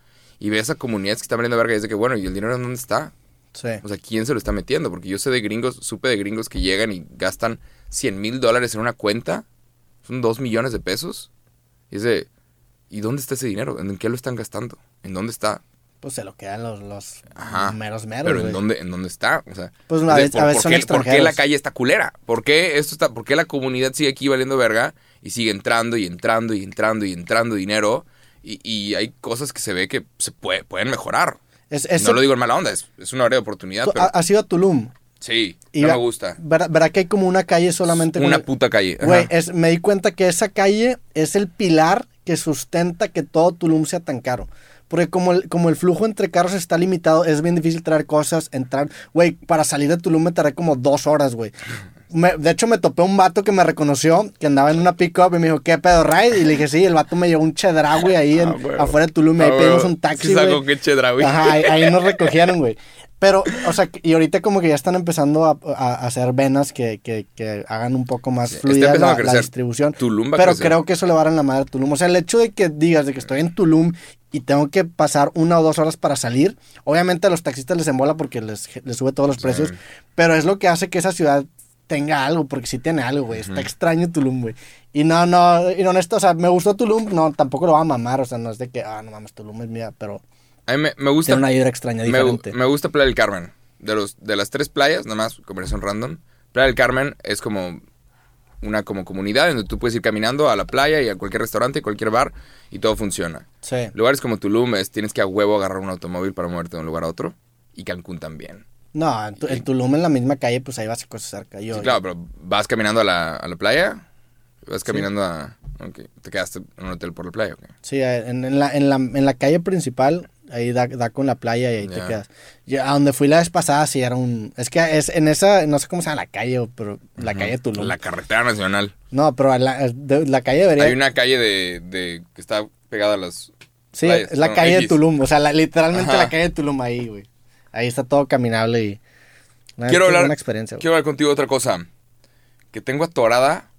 A: Y ves a comunidades que están valiendo verga y es de que, bueno, ¿y el dinero en dónde está?
B: Sí.
A: O sea, ¿quién se lo está metiendo? Porque yo sé de gringos, supe de gringos que llegan y gastan 100 mil dólares en una cuenta. Son 2 millones de pesos. Y es de, ¿y dónde está ese dinero? ¿En qué lo están gastando? ¿En dónde está?
B: Pues se lo quedan los, los
A: Ajá.
B: meros meros,
A: Pero ¿en
B: güey.
A: dónde, ¿en dónde está? O sea,
B: Pues,
A: es
B: a
A: de,
B: veces- a veces son
A: qué, ¿por qué la
B: extranjeros.
A: calle está culera? ¿Por qué, esto está, ¿Por qué la comunidad sigue aquí valiendo verga? Y sigue entrando y entrando y entrando y entrando dinero. Y, y hay cosas que se ve que se puede, pueden mejorar.
B: Es, es-
A: No lo digo en mala onda, es, es una área de oportunidad,
B: tú-
A: pero
B: ha- has ido Pues, a Tulum.
A: sí,
B: y
A: no
B: va-
A: me gusta.
B: ¿Verdad, verdad que hay como una calle solamente con-
A: Una puta calle. ajá.
B: Güey, es- me di cuenta que esa calle es el pilar que sustenta que todo Tulum sea tan caro. Porque como el, como el flujo entre carros está limitado, es bien difícil traer cosas, entrar. Güey, para salir de Tulum me tardé como dos horas, güey. Me- de hecho, me topé un vato que me reconoció, que andaba en una pick-up y me dijo, ¿qué pedo, Ride? Y le dije, sí, el vato me llevó un chedra, güey, ahí en-
A: Ah, güey.
B: afuera de Tulum. Y ahí
A: Ah,
B: pedimos
A: güey.
B: un taxi,
A: Sí,
B: güey.
A: sacó que chedra, güey.
B: Ajá, ahí, ahí nos recogieron, güey. Pero, o sea, y ahorita como que ya están empezando a, a- a hacer venas que, que- que hagan un poco más
A: Sí, está
B: fluida
A: empezando
B: la,
A: a
B: la
A: crecer.
B: distribución.
A: Tulum va a
B: pero
A: crecer.
B: creo que eso le va a dar en la madre a Tulum. O sea, el hecho de que digas de que estoy en Tulum y tengo que pasar una o dos horas para salir, obviamente a los taxistas les embola porque les, les sube todos los precios, pero es lo que hace que esa ciudad tenga algo, porque sí tiene algo, güey. Está extraño Tulum, güey. Y no, no, y honesto, o sea, me gustó Tulum, no, tampoco lo va a mamar, o sea, no es de que, ah, no mames, Tulum es mía, pero...
A: A mí me, me gusta.
B: Tiene una vibra extraña,
A: me, gu-
B: diferente.
A: me gusta Playa del Carmen. De, los, de las tres playas, nada más, conversión random. Playa del Carmen es como una como comunidad donde tú puedes ir caminando a la playa y a cualquier restaurante, cualquier bar y todo funciona.
B: Sí.
A: Lugares como Tulum es tienes que a huevo agarrar un automóvil para moverte de un lugar a otro y Cancún también.
B: No, en, tu- en Tulum, en la misma calle, pues ahí vas a cosas cerca. Yo,
A: Sí, claro, pero vas caminando a la, a la playa, vas caminando a... ok, ¿Te quedaste en un hotel por la playa? ok.
B: Sí, eh, en, en la, en, la, en la calle principal, ahí da, da con la playa y ahí te
A: Ya.
B: quedas. Yo, a donde fui la vez pasada, sí era un... Es que es en esa, no sé cómo se llama la calle, o- pero la calle de Tulum.
A: La carretera nacional.
B: No, pero la, de- la calle debería...
A: Hay una calle de, de- que está pegada a las.
B: sí,
A: playas,
B: es la
A: ¿no?
B: calle de
A: X.
B: Tulum, o sea, la- literalmente
A: Ajá.
B: la calle de Tulum ahí, güey. Ahí está todo caminable y... la neta,
A: Quiero hablar,
B: Una experiencia, güey.
A: quiero hablar contigo de otra cosa. Que tengo atorada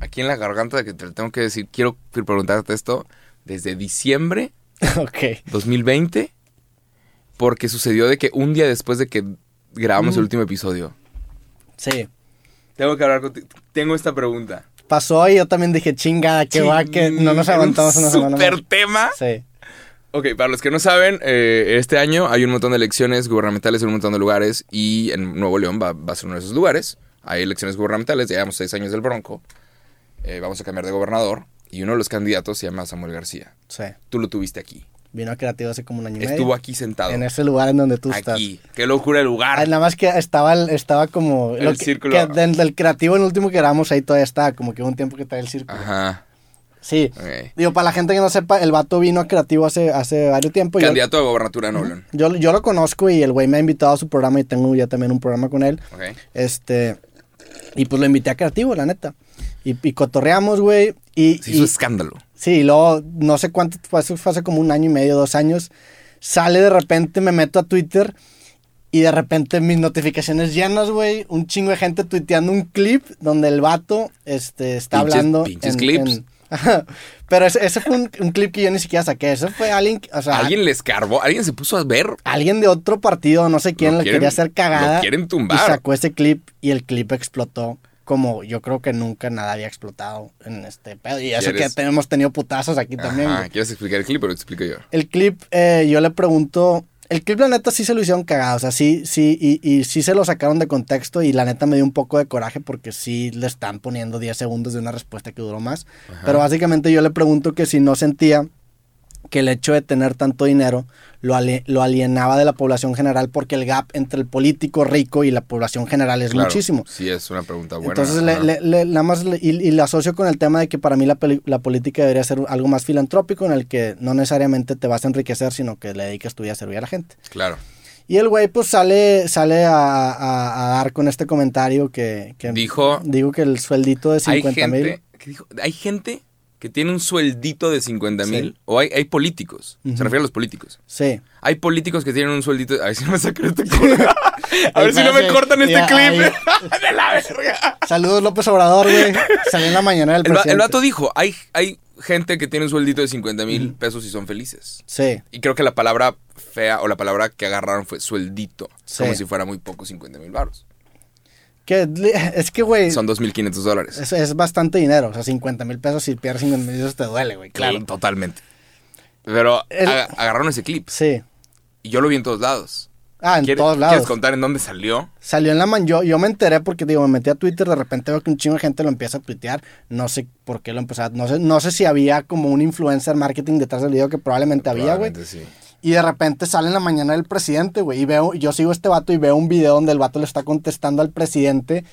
A: aquí en la garganta que te lo tengo que decir. Quiero preguntarte esto desde diciembre
B: ok.
A: 2020. Porque sucedió de que un día después de que grabamos
B: Mm.
A: el último episodio.
B: Sí.
A: Tengo que hablar contigo. Tengo esta pregunta.
B: Pasó y yo también dije, chingada, qué va, que no nos
A: Era un
B: aguantamos una semana más.
A: Super tema.
B: Sí.
A: Ok, para los que no saben, eh, este año hay un montón de elecciones gubernamentales en un montón de lugares y en Nuevo León va, va a ser uno de esos lugares. Hay elecciones gubernamentales, ya llevamos seis años del Bronco, eh, vamos a cambiar de gobernador y uno de los candidatos se llama Samuel García.
B: Sí.
A: Tú lo tuviste aquí.
B: Vino a Creativo hace como un año y medio.
A: Estuvo aquí sentado.
B: En ese lugar en donde tú estás.
A: aquí. Qué locura de
B: Ah,
A: lugar.
B: nada más que estaba, el- estaba como...
A: El
B: lo que-
A: círculo.
B: que del, del creativo, el último que grabamos ahí todavía estaba, como que hubo un tiempo que trae el círculo.
A: Ajá.
B: Sí.
A: Ah, ok.
B: Digo, para la gente que no sepa, el vato vino a Creativo hace, hace varios tiempos. Pues Yo,
A: Candidato a gobernatura de Nuevo León.
B: yo, yo lo conozco y el güey me ha invitado a su programa y tengo ya también un programa con él.
A: Ok.
B: Este... Y pues lo invité a Creativo, la neta. Y, y cotorreamos, güey. Y,
A: Se
B: y-
A: hizo escándalo.
B: pues, Sí, y luego no sé cuánto, fue hace, fue hace como un año y medio, dos años, sale de repente, me meto a Twitter y de repente mis notificaciones llenas, güey. Un chingo de gente tuiteando un clip donde el vato este, está
A: Pinches-
B: hablando.
A: pinches clips.
B: Ajá. Pero ese, ese fue un, un clip que yo ni siquiera saqué. Ese fue alguien. que- O sea,
A: Alguien le escarbó, alguien se puso a ver.
B: alguien de otro partido, no sé quién,
A: Lo
B: le
A: quieren-
B: quería hacer cagada.
A: lo quieren tumbar.
B: Y sacó ese clip y el clip explotó como yo creo que nunca nada había explotado en este pedo. Y eso que
A: ¿Quieres?
B: te- hemos tenido putazos aquí también.
A: Ajá,
B: güey.
A: ¿Quieres explicar el clip o lo explico yo?
B: El clip, eh, yo le pregunto. El clip, la neta, sí se lo hicieron cagado. O sea, sí, sí, y, y sí se lo sacaron de contexto. Y la neta me dio un poco de coraje porque sí le están poniendo 10 segundos de una respuesta que duró más. Pero básicamente yo le pregunto que si no sentía que el hecho de tener tanto dinero lo, ale- lo alienaba de la población general porque el gap entre el político rico y la población general es
A: Claro,
B: muchísimo.
A: Sí, es una pregunta buena.
B: Entonces, le-
A: ajá.
B: le- le- nada más, le- y, y la asocio con el tema de que para mí la, peli- la política debería ser algo más filantrópico, en el que no necesariamente te vas a enriquecer, sino que le dedicas tu vida a servir a la gente.
A: Claro.
B: Y el güey, pues, sale, sale a, a- a dar con este comentario que, que-
A: Dijo,
B: digo que el sueldito de
A: hay
B: 50 mil.
A: gente, que dijo, hay gente que tiene un sueldito de 50 mil,
B: Sí.
A: o hay, hay políticos,
B: Ujú.
A: se refiere a los políticos.
B: Sí.
A: Hay políticos que tienen un sueldito. A ver si no me sacan este clip. A ver si no me
B: Espérate,
A: cortan este
B: eh, ya,
A: clip. De la verga.
B: Saludos, López Obrador, güey. Salió en la mañana del
A: El, va-
B: presidente.
A: el vato dijo: hay, hay gente que tiene un sueldito de 50 mil pesos y son felices.
B: Sí,
A: Y creo que la palabra fea o la palabra que agarraron fue sueldito.
B: Sí.
A: Como si fuera muy poco 50 mil baros.
B: que, li- es que, güey,
A: Son 2.500 dólares.
B: es, es bastante dinero. O sea, 50 mil pesos, si pierdes 50 mil pesos te duele, güey, claro.
A: Claro, totalmente. Pero
B: El-
A: aga- agarraron ese clip.
B: Sí.
A: Y yo lo vi en todos lados.
B: Ah, en
A: ¿Quieres-
B: todos
A: ¿Quieres
B: lados.
A: contar en dónde salió?
B: Salió en la man. Yo, yo me enteré porque digo, me metí a Twitter, de repente veo que un chingo de gente lo empieza a tuitear. No sé por qué lo empezó a. No sé, no sé si había como un influencer marketing detrás del video que probablemente había, güey.
A: Probablemente sí.
B: Y de repente sale en la mañana el presidente, güey. Y veo, yo sigo a este vato y veo un video donde el vato le está contestando al presidente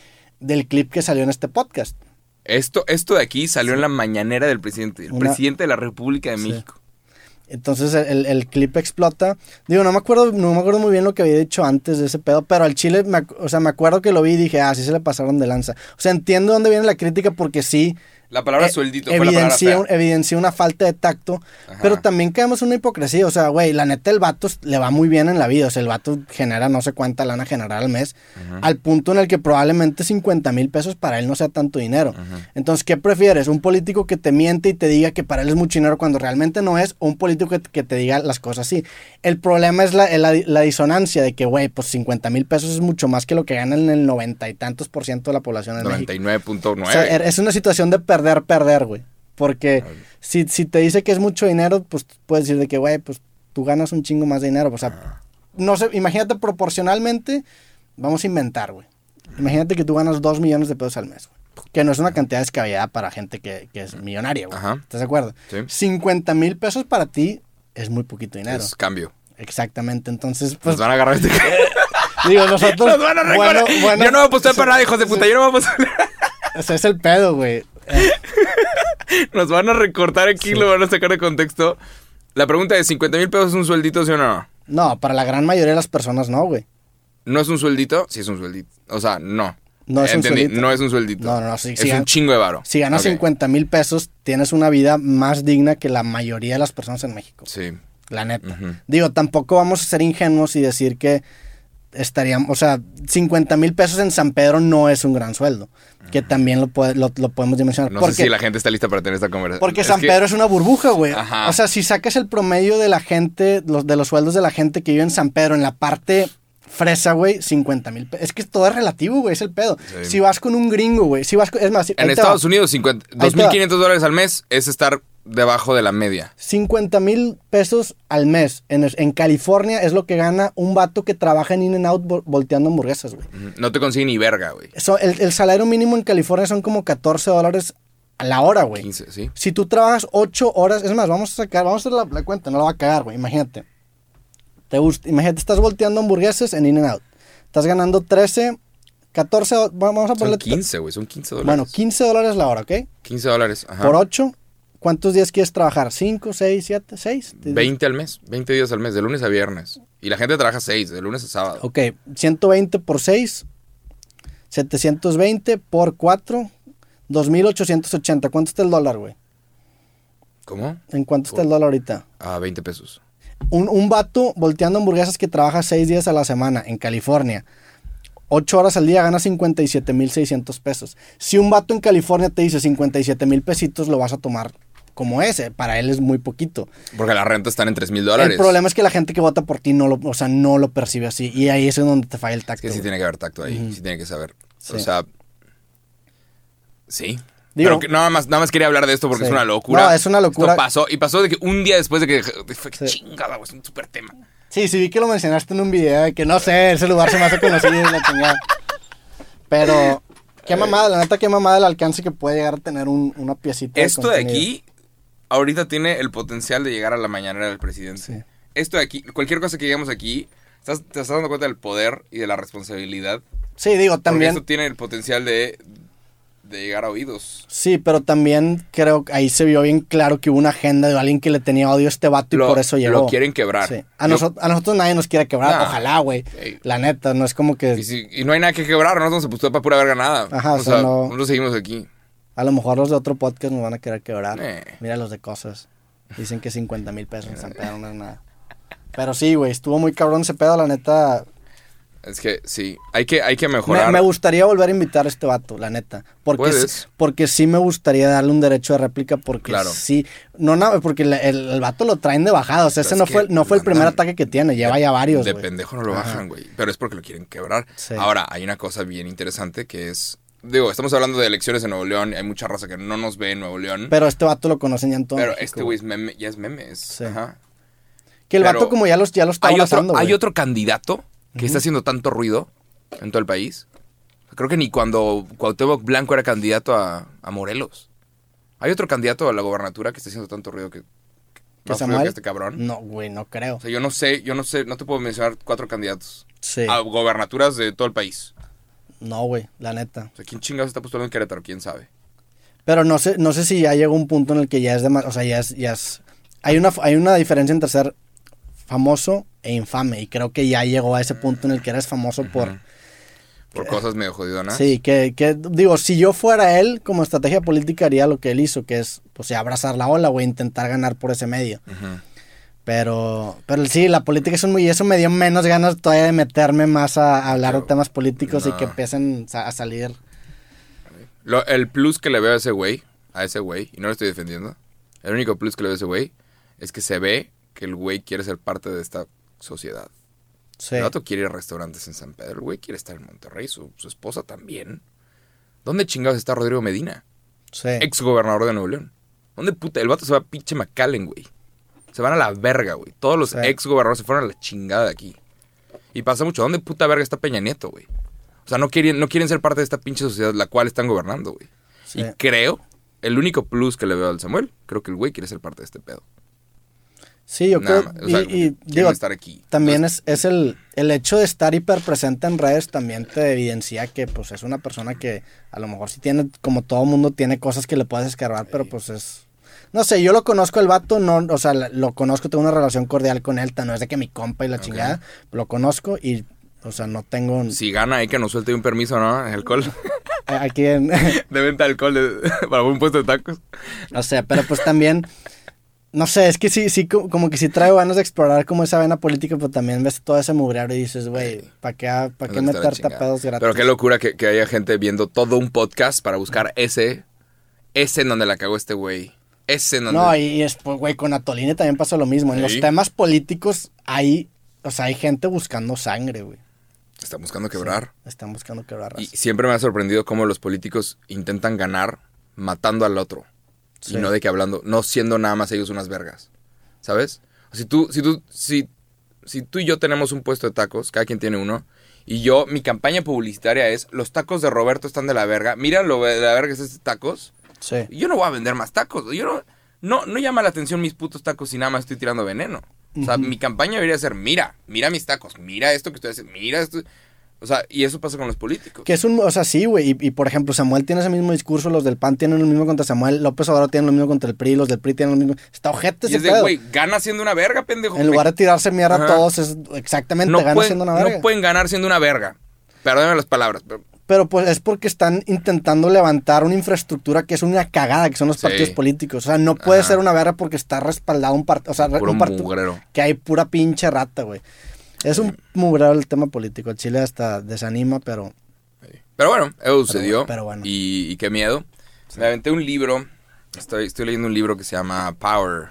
B: del clip que salió en este podcast.
A: Esto, esto de aquí salió en la mañanera del presidente, el
B: Una-
A: presidente de la República de
B: Sí.
A: México.
B: Entonces el, el clip explota. Digo, no me acuerdo, no me acuerdo muy bien lo que había dicho antes de ese pedo, pero al Chile, me ac- o sea, me acuerdo que lo vi y dije, ah, sí se le pasaron de lanza. O sea, entiendo dónde viene la crítica porque sí.
A: La palabra
B: eh,
A: sueldito fue la palabra
B: evidencia,
A: fea.
B: un- er- evidencia una falta de tacto,
A: Ajá.
B: pero también caemos en una hipocresía. O sea, güey, la neta, el vato s- le va muy bien en la vida. O sea, el vato genera no sé cuánta lana general al mes, al punto en el que probablemente 50 mil pesos para él no sea tanto dinero. Entonces, ¿qué prefieres? ¿Un político que te miente y te diga que para él es mucho dinero cuando realmente no es? ¿O un político que, que te diga las cosas así? El problema es la, la- la disonancia de que, güey, pues 50 mil pesos es mucho más que lo que ganan el noventa y tantos por ciento de la población en México.
A: 99.9.
B: O sea, er- es una situación de perder, perder, güey. Porque
A: Ah,
B: si, si te dice que es mucho dinero, pues puedes decir de que, güey, pues tú ganas un chingo más de dinero. O sea,
A: Ah.
B: no sé, imagínate proporcionalmente, vamos a inventar, güey. Imagínate que tú ganas 2 millones de pesos al mes, güey. Que no es una cantidad descabellada para gente que, que es millonaria, güey.
A: Ajá.
B: ¿Estás de acuerdo?
A: Sí.
B: 50 mil pesos para ti es muy poquito dinero.
A: es cambio.
B: Exactamente. Entonces,
A: Nos
B: pues,
A: van a agarrar este
B: digo, nosotros.
A: Nos van a recordar.
B: bueno, bueno,
A: yo no voy a apostar para nada, hijos de
B: sí,
A: puta. Yo no voy a apostar.
B: O sea, es el pedo, güey. Eh,
A: Nos van a recortar aquí, lo van a sacar de contexto. La pregunta es, ¿50 mil pesos es un sueldito, sí o no?
B: No, para la gran mayoría de las personas no, güey.
A: ¿No es un sueldito? Sí es un sueldito. O sea, no.
B: No es un
A: Entendí,
B: sueldito.
A: No es un sueldito.
B: No, no, no, sí,
A: es
B: sí,
A: un
B: gan-
A: chingo de varo.
B: Si ganas
A: Ok.
B: 50 mil pesos, tienes una vida más digna que la mayoría de las personas en México.
A: Sí.
B: La neta.
A: Ujú.
B: Digo, tampoco vamos a ser ingenuos y decir que estaríamos, o sea, 50 mil pesos en San Pedro no es un gran sueldo, que también lo, puede- lo, lo podemos dimensionar.
A: No
B: porque,
A: sé si la gente está lista para tener esta conversación.
B: porque
A: Es
B: San
A: que-
B: Pedro es una burbuja, güey.
A: Ajá.
B: O sea, si sacas el promedio de la gente, los, de los sueldos de la gente que vive en San Pedro, en la parte fresa, güey, 50 mil pesos. Es que todo es relativo, güey, es el pedo.
A: Sí.
B: Si vas con un gringo, güey, si vas con... Es más, si-
A: En
B: ahí te va.
A: Estados Unidos, 50
B: Ahí te va.
A: 2.500 dólares al mes es estar debajo de la media.
B: 50 mil pesos al mes en, en California es lo que gana un vato que trabaja en In-N-Out vol- volteando hamburguesas, güey.
A: Ujú. No te consigue ni verga, güey.
B: So, el, el salario mínimo en California son como 14 dólares a la hora, güey.
A: 15, ¿sí?
B: Si tú trabajas 8 horas, es más, vamos a sacar, vamos a hacer la, la cuenta, no la va a cagar, güey, imagínate. Te gusta, imagínate, estás volteando hamburguesas en In-N-Out. Estás ganando 13, 14, va- vamos a
A: Son
B: ponerle...
A: 15, güey. Son 15 dólares.
B: Bueno, 15 dólares la hora, ¿ok?
A: 15 dólares. Ajá.
B: Por 8, ¿cuántos días quieres trabajar? ¿5, 6, 7, 6?
A: 20 al mes. 20 días al mes, de lunes a viernes. Y la gente trabaja 6, de lunes a sábado.
B: Ok, 120 por 6, 720 por 4, 2880. ¿Cuánto está el dólar, güey?
A: ¿Cómo?
B: ¿En cuánto está el dólar ahorita?
A: A 20 pesos.
B: Un, un vato volteando hamburguesas que trabaja seis días a la semana en California. 8 horas al día gana 57,600 pesos. Si un vato en California te dice 57,000 pesitos, lo vas a tomar como ese. Para él es muy poquito.
A: Porque las rentas están en 3 mil dólares.
B: El problema es que la gente que vota por ti no lo, o sea, no lo percibe así. Y ahí es en donde te falla el
A: Es
B: tacto.
A: que sí
B: güey.
A: tiene que haber tacto ahí, sí tiene que saber. O
B: Sí.
A: sea, sí.
B: Digo-
A: Pero que nada más, nada más quería hablar de esto porque
B: Sí.
A: es una locura.
B: No, es una locura.
A: Esto pasó, y pasó de que un día después de que fue que
B: Sí.
A: chingada, güey, es un súper tema.
B: Sí, sí vi que lo mencionaste en un video de que no sé, ese lugar se me hace conocido y la chingada. Pero
A: Eh.
B: qué mamada, la neta qué mamada el alcance que puede llegar a tener un- una piecita.
A: Esto de
B: contenido.
A: aquí, ahorita tiene el potencial de llegar a la mañanera del presidente.
B: Sí.
A: Esto de aquí, cualquier cosa que digamos aquí, estás, te estás dando cuenta del poder y de la responsabilidad.
B: Sí, digo,
A: También.
B: también.
A: Porque esto tiene el potencial de, de llegar a oídos.
B: Sí, pero también creo que ahí se vio bien claro que hubo una agenda de alguien que le tenía odio a este vato y
A: Lo-
B: por eso llegó.
A: Lo quieren quebrar.
B: Sí. A,
A: Yo-
B: nosot- a nosotros nadie nos quiere quebrar,
A: Nah.
B: ojalá, güey.
A: Ey.
B: La neta, no es como
A: Y,
B: que
A: si- y no hay nada que quebrar, nosotros se puso para pura verga nada.
B: Ajá,
A: o
B: o sea,
A: sea,
B: no-
A: nosotros seguimos aquí.
B: a lo mejor los de otro podcast nos van a querer quebrar.
A: Eh.
B: Mira los de cosas. Dicen que 50 mil pesos en San Pedro no es nada. Pero sí, güey, estuvo muy cabrón ese pedo, la neta.
A: Es que sí, hay que, hay que
B: Me,
A: mejorar.
B: me gustaría volver a invitar a este vato, la neta. Porque,
A: Puedes.
B: s- porque sí me gustaría darle un derecho de réplica, porque
A: Claro.
B: sí. No, no, porque la- el, el vato lo traen de bajada. O sea,
A: Pero
B: ese
A: es
B: no
A: que
B: fue, no fue el
A: lo
B: primer
A: andan-
B: ataque que tiene, lleva
A: De-
B: ya varios.
A: De
B: güey.
A: pendejo no lo
B: Ajá.
A: bajan, güey. Pero es porque lo quieren quebrar.
B: Sí.
A: Ahora, hay una cosa bien interesante que es. Digo, estamos hablando de elecciones en Nuevo León. Hay mucha raza que no nos ve en Nuevo León. Pero,
B: Pero este vato lo conocen ya en todo. México,
A: este güey es meme, ya es memes.
B: Sí.
A: Ajá.
B: Que el
A: pero-
B: vato, como ya los, ya los está
A: Hay
B: abrazando,
A: otro, hay
B: güey.
A: otro candidato que está haciendo tanto ruido en todo el país. Creo que ni cuando Cuauhtémoc Blanco era candidato a, a Morelos. Hay otro candidato a la gobernatura que está haciendo tanto ruido que.
B: ¿Que
A: más ruido
B: Samuel?
A: que este cabrón.
B: No, güey, no creo.
A: O sea, yo no sé, yo no sé, no te puedo mencionar cuatro candidatos
B: Sí.
A: a gobernaturas de todo el país.
B: No, güey, la neta.
A: O sea, ¿quién chingados está postulando en Querétaro? ¿Quién sabe?
B: Pero no sé, no sé si ya llegó un punto en el que ya es de O sea, ya es. Ya es hay, una, hay una diferencia entre ser famoso e infame. Y creo que ya llegó a ese punto en el que eres famoso por.
A: Por cosas medio jodidonas.
B: Sí, que, que. Digo, si yo fuera él, como estrategia política haría lo que él hizo, que es, pues, ya abrazar la ola, güey, intentar ganar por ese medio.
A: Ujú.
B: Pero, pero sí, la política es un muy. Eso me dio menos ganas todavía de meterme más a, a hablar de temas políticos y
A: No.
B: que empiecen sa- a salir.
A: Lo- el plus que le veo a ese güey, a ese güey, y no lo estoy defendiendo, el único plus que le veo a ese güey es que se ve que el güey quiere ser parte de esta sociedad.
B: Sí.
A: El vato quiere ir a restaurantes en San Pedro, el güey quiere estar en Monterrey, su, su esposa también. ¿Dónde chingados está Rodrigo Medina?
B: Sí.
A: Ex gobernador de Nuevo León. ¿Dónde puta? El vato se va a pinche McAllen, güey. Se van a la verga, güey. Todos los
B: Sí.
A: ex gobernadores se fueron a la chingada de aquí. Y pasa mucho. ¿Dónde puta verga está Peña Nieto, güey? O sea, no quieren, no quieren ser parte de esta pinche sociedad la cual están gobernando, güey.
B: Sí.
A: Y creo, el único plus que le veo al Samuel, creo que el güey quiere ser parte de este pedo.
B: Sí, yo
A: Nada
B: creo.
A: más. O
B: Y,
A: sea,
B: y
A: como que quieren
B: digo,
A: estar aquí.
B: también
A: Pues-
B: es, es el, el hecho de estar hiper presente en redes también te evidencia que pues es una persona que a lo mejor sí tiene, como todo mundo, tiene cosas que le puedes escarbar, pero pues es. No sé, yo lo conozco el vato, no, o sea, la- lo conozco, tengo una relación cordial con él, tan- no es de que mi compa y la chingada, lo conozco y, o sea, no tengo
A: Si gana, hay que nos suelte un permiso, ¿no? De Alcohol.
B: a- aquí en,
A: De venta de alcohol de- para un puesto de tacos.
B: No sé, pero pues también, no sé, es que sí, sí, co- como que sí traigo ganas de explorar como esa vena política, pero también ves todo ese mugrero y dices, güey, ¿para qué, pa' qué
A: Dónde está la
B: meterte a
A: chingada.
B: pedos gratis?
A: Pero qué locura que, que haya gente viendo todo un podcast para buscar ese, ese en donde la cagó este güey. Ese en donde...
B: No, y, y es, pues, güey, con Atolini también pasó lo mismo. En
A: Sí.
B: los temas políticos hay, o sea, hay gente buscando sangre, güey.
A: Está buscando quebrar.
B: Están buscando quebrar
A: Y
B: raza.
A: siempre me ha sorprendido cómo los políticos intentan ganar matando al otro.
B: Sí.
A: Y no de que hablando, no siendo nada más ellos unas vergas. ¿Sabes? Si tú, si tú, si, si tú y yo tenemos un puesto de tacos, cada quien tiene uno, y yo, mi campaña publicitaria es, los tacos de Roberto están de la verga, mira lo de la verga es estos tacos,
B: Sí.
A: yo no voy a vender más tacos. Yo no, no, no llama la atención mis putos tacos si nada más estoy tirando veneno. O sea, mi campaña debería ser, mira, mira mis tacos, mira esto que estoy haciendo, mira esto. O sea, y eso pasa con los políticos.
B: Que es un, o sea, sí, güey. Y, y, por ejemplo, Samuel tiene ese mismo discurso, los del PAN tienen lo mismo contra Samuel, López Obrador tiene lo mismo contra el PRI, los del PRI tienen lo mismo. Está ojete
A: Y
B: ese
A: es de,
B: pedo.
A: güey, gana siendo una verga, pendejo.
B: En lugar de tirarse mierda
A: Ajá.
B: a todos, es exactamente,
A: no
B: gana
A: pueden,
B: siendo una
A: no
B: verga.
A: pueden ganar siendo una verga. Perdóname las palabras, pero
B: Pero pues es porque están intentando levantar una infraestructura que es una cagada, que son los
A: Sí.
B: partidos políticos. O sea, no puede
A: Ajá.
B: ser una guerra porque está respaldado un partido. O sea,
A: Puro
B: un partido
A: mugrero.
B: que hay pura pinche rata, güey. Es un mugrero el tema político. Chile hasta desanima, pero
A: Pero bueno, eso sucedió.
B: pero bueno.
A: Y, y qué miedo. Me aventé un libro. Estoy, estoy leyendo un libro que se llama Power.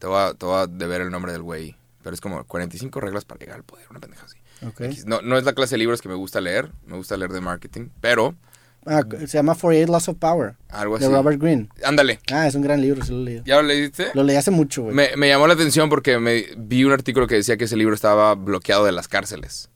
A: Te voy, a, te voy a deber el nombre del güey. Pero es como 45 reglas para llegar al poder. Una pendeja así.
B: ok.
A: X. No, no es la clase de libros que me gusta leer. Me gusta leer de marketing. Pero
B: Ah, se llama 48 Laws of Power,
A: Ah, algo así.
B: de Robert Greene.
A: Ándale.
B: Ah, es un gran libro, sí lo he leído.
A: ¿Ya lo leíste?
B: Lo leí hace mucho, güey.
A: Me, me llamó la atención porque me, vi un artículo que decía que ese libro estaba bloqueado de las cárceles.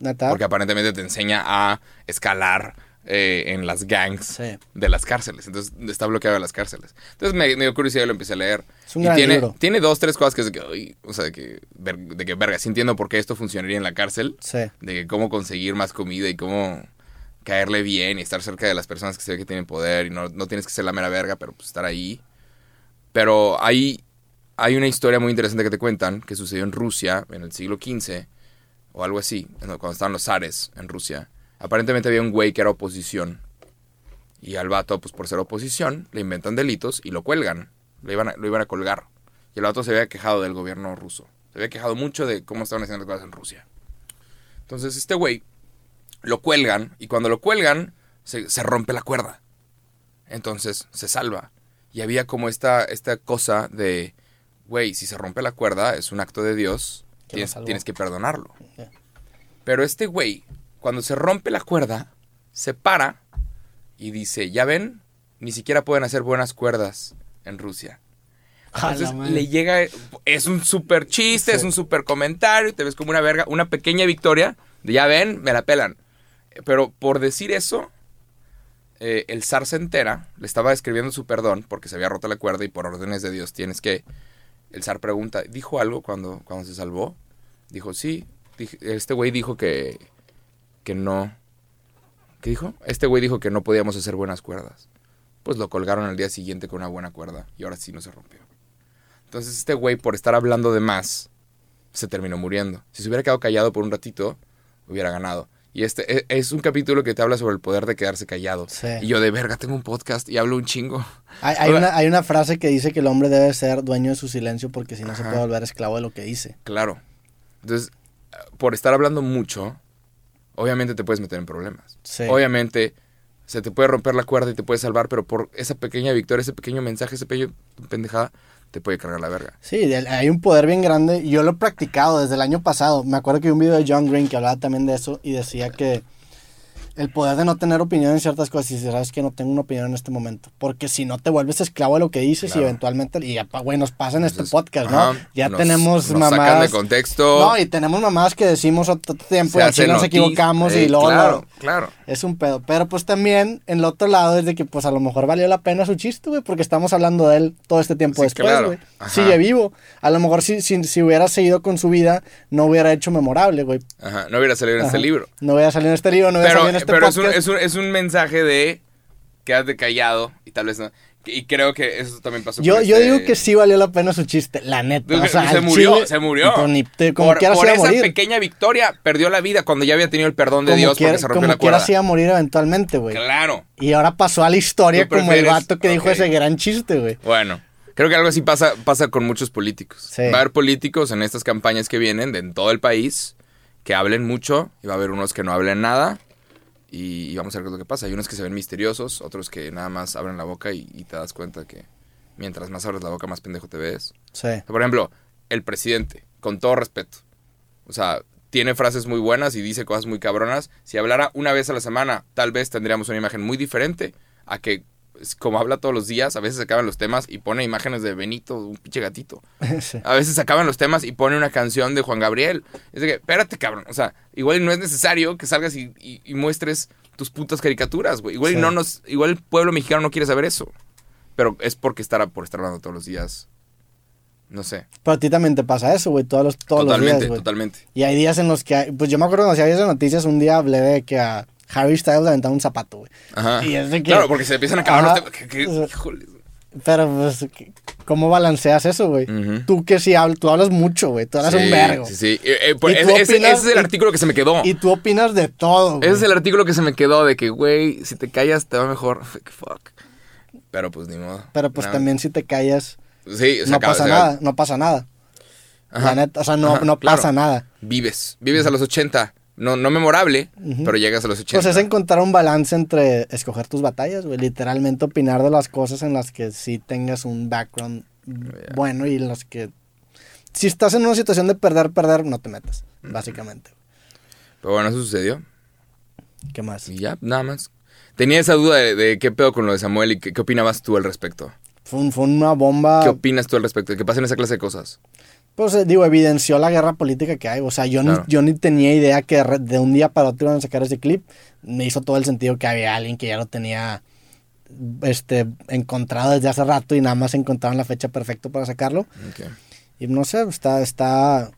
B: Nata.
A: Porque aparentemente te enseña a escalar eh, en las gangs
B: Sí.
A: de las cárceles. Entonces está bloqueado de las cárceles. Entonces me, me dio curiosidad y lo empecé a leer.
B: Es un
A: y
B: gran
A: tiene,
B: libro.
A: tiene dos, tres cosas que es de que, "Ay", o sea, de que, ver- de que verga, sí entiendo por qué esto funcionaría en la cárcel.
B: Sí.
A: De que cómo conseguir más comida y cómo caerle bien y estar cerca de las personas que se ve que tienen poder y no, no tienes que ser la mera verga, pero pues estar ahí. Pero hay, hay una historia muy interesante que te cuentan que sucedió en Rusia en el siglo XV o algo así, en- cuando estaban los zares en Rusia. Aparentemente había un güey que era oposición. Y al vato, pues por ser oposición, le inventan delitos y lo cuelgan. Lo iban a, lo iban a colgar. Y el vato se había quejado del gobierno ruso. Se había quejado mucho de cómo estaban haciendo las cosas en Rusia. Entonces este güey lo cuelgan y cuando lo cuelgan se, se rompe la cuerda. Entonces se salva. Y había como esta, esta cosa de, güey, si se rompe la cuerda es un acto de Dios,
B: Que lo
A: tienes,
B: salvó.
A: tienes que perdonarlo.
B: Ya.
A: Pero este güey, cuando se rompe la cuerda, se para y dice, ya ven, ni siquiera pueden hacer buenas cuerdas en Rusia.
B: A la
A: Entonces
B: madre.
A: le llega, es un súper chiste, es un súper comentario, te ves como una verga, una pequeña victoria, de ya ven, me la pelan. Pero por decir eso, eh, el zar se entera, le estaba escribiendo su perdón porque se había roto la cuerda y por órdenes de Dios tienes que... El zar pregunta, ¿dijo algo cuando, cuando se salvó? Dijo, sí, dije- este güey dijo que, que no... ¿Qué dijo? Este güey dijo que no podíamos hacer buenas cuerdas. Pues lo colgaron al día siguiente con una buena cuerda y ahora sí no se rompió. Entonces este güey, por estar hablando de más, se terminó muriendo. Si se hubiera quedado callado por un ratito, hubiera ganado. Y este e- es un capítulo que te habla sobre el poder de quedarse callado.
B: Sí.
A: Y yo de verga tengo un podcast y hablo un chingo.
B: Hay, hay una, hay una frase que dice que el hombre debe ser dueño de su silencio porque si no se
A: Ajá.
B: puede volver esclavo de lo que dice.
A: Claro. Entonces, por estar hablando mucho, obviamente te puedes meter en problemas.
B: Sí.
A: Obviamente se te puede romper la cuerda y te puede salvar, pero por esa pequeña victoria, ese pequeño mensaje, ese pequeño pendejada, te puede cargar la verga.
B: Sí, de- hay un poder bien grande. Yo lo he practicado desde el año pasado. Me acuerdo que vi un video de John Green que hablaba también de eso y decía que el poder de no tener opinión en ciertas cosas y sabes que no tengo una opinión en este momento. Porque si no te vuelves esclavo de lo que dices y
A: Claro.
B: eventualmente, y ya, pa- güey, nos pasa en este
A: Entonces,
B: podcast, ¿no?
A: ajá,
B: ya
A: nos-
B: tenemos
A: nos
B: mamadas.
A: sacan de contexto.
B: No, y tenemos mamadas que decimos otro tiempo
A: se
B: y al
A: hace
B: chile nos
A: noticia.
B: equivocamos
A: Ey,
B: y luego lo-
A: Claro, claro.
B: Es un pedo. Pero pues también, en el otro lado, es de que pues a lo mejor valió la pena su chiste, güey, porque estamos hablando de él todo este tiempo
A: Sí,
B: después,
A: claro.
B: güey.
A: Ajá.
B: Sigue vivo. A lo mejor si, si, si hubiera seguido con su vida, no hubiera hecho memorable, güey.
A: Ajá, no hubiera salido en este
B: Ajá.
A: libro.
B: No hubiera salido en este libro, no hubiera
A: Pero,
B: salido en este
A: pero es, un,
B: podcast.
A: es, un, es un mensaje de quédate callado y tal vez no. Y creo que eso también pasó.
B: Yo,
A: con
B: yo
A: este-
B: digo que sí valió la pena su chiste, la neta. O sea,
A: se
B: al
A: murió,
B: chile,
A: se murió.
B: pues, ni te- como
A: por
B: quiera
A: por
B: se iba a
A: esa
B: morir.
A: pequeña victoria perdió la vida cuando ya había tenido el perdón de
B: como
A: Dios
B: quiera,
A: porque se rompió
B: como
A: la
B: quiera
A: cuerda.
B: se iba a morir eventualmente, güey.
A: Claro.
B: Y ahora pasó a la historia
A: Tú
B: como el
A: prefieres-
B: vato que dijo
A: ok.
B: ese gran chiste, güey.
A: Bueno, creo que algo así pasa, pasa con muchos políticos.
B: Sí.
A: Va a haber políticos en estas campañas que vienen de en todo el país que hablen mucho y va a haber unos que no hablen nada y, y vamos a ver qué es lo que pasa. Hay unos que se ven misteriosos, otros que nada más abren la boca y, y te das cuenta que mientras más abres la boca más pendejo te ves.
B: Sí.
A: Por ejemplo, el presidente, con todo respeto. O sea, tiene frases muy buenas y dice cosas muy cabronas. Si hablara una vez a la semana, tal vez tendríamos una imagen muy diferente a que, es como habla todos los días, a veces acaban los temas y pone imágenes de Benito, un pinche gatito.
B: sí.
A: A veces acaban los temas y pone una canción de Juan Gabriel. Es de que, espérate, cabrón. O sea, igual y no es necesario que salgas y, y- y muestres tus putas caricaturas, güey. Igual, y
B: Sí.
A: no nos, igual el pueblo mexicano no quiere saber eso. Pero es porque estará por estar hablando todos los días. No sé.
B: Pero a ti también te pasa eso, güey, todos los, todos los
A: totalmente,
B: días, güey.
A: totalmente.
B: Y hay días en los que, hay- pues yo me acuerdo cuando hacía esas noticias, un día hablé de que a Harry Styles le aventaron un zapato, güey.
A: Ajá.
B: Y es de que-
A: Claro, porque se empiezan a acabar
B: Ajá.
A: los temas. que- que- híjole.
B: Pero pues, que- ¿Cómo balanceas eso, güey?
A: Ujú.
B: Tú que sí hablas, tú hablas mucho, güey. Tú hablas
A: Sí,
B: un vergo.
A: Sí, sí. Eh, eh, por-
B: ¿Y tú
A: ese, ese-
B: opinas?
A: ese es el
B: ¿Y-
A: artículo que se me quedó.
B: Y tú opinas de todo, güey.
A: Ese es el artículo que se me quedó de que, güey, si te callas te va mejor. Fuck, Fuck. Pero pues ni modo.
B: Pero pues
A: No.
B: también si te callas,
A: Sí, se
B: no
A: acaba-
B: pasa
A: se acaba-
B: nada, no pasa nada.
A: Ajá.
B: La neta, o sea, no,
A: Ajá,
B: no
A: claro.
B: pasa nada.
A: Vives. Vives a los 80. No, no memorable, pero llegas a los 80.
B: Pues es encontrar un balance entre escoger tus batallas, güey. Literalmente opinar de las cosas en las que sí tengas un background bueno y en las que... Si estás en una situación de perder, perder, no te metas, básicamente.
A: Pero bueno, eso sucedió.
B: ¿Qué más?
A: Y ya, nada más. Tenía esa duda de, de qué pedo con lo de Samuel y qué, qué opinabas tú al respecto.
B: Fue, un- fue una bomba...
A: ¿Qué opinas tú al respecto? de Que pasen esa clase de cosas.
B: Pues eh, digo, evidenció la guerra política que hay. O sea, yo,
A: Claro.
B: ni, yo ni tenía idea que de re- de un día para otro iban a sacar ese clip. Me hizo todo el sentido que había alguien que ya lo tenía este, encontrado desde hace rato y nada más encontraron la fecha perfecta para sacarlo.
A: Ok.
B: Y no sé, está, está,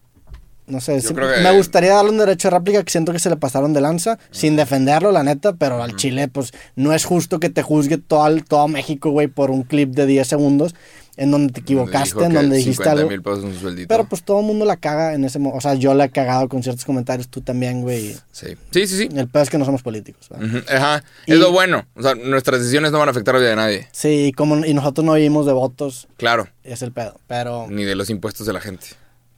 B: no sé,
A: Yo
B: sí,
A: creo que-
B: me gustaría darle un derecho de réplica que siento que se le pasaron de lanza, sin defenderlo, la neta, pero al Chile, pues, no es justo que te juzgue todo, el- todo México, güey, por un clip de 10 segundos en donde te equivocaste, en donde dijiste algo.
A: mil pesos es un sueldito.
B: Pero pues todo el mundo la caga en ese momento. O sea, yo la he cagado con ciertos comentarios, tú también, güey.
A: Sí, sí, sí. sí.
B: El peor es que no somos políticos. ¿verdad?
A: Ujú, Ajá.
B: Y-
A: Es lo bueno. O sea, nuestras decisiones no van a afectar la vida de nadie.
B: Sí, y como, y nosotros no vivimos de votos,
A: Claro.
B: es el pedo. Pero,
A: Ni de los impuestos de la gente.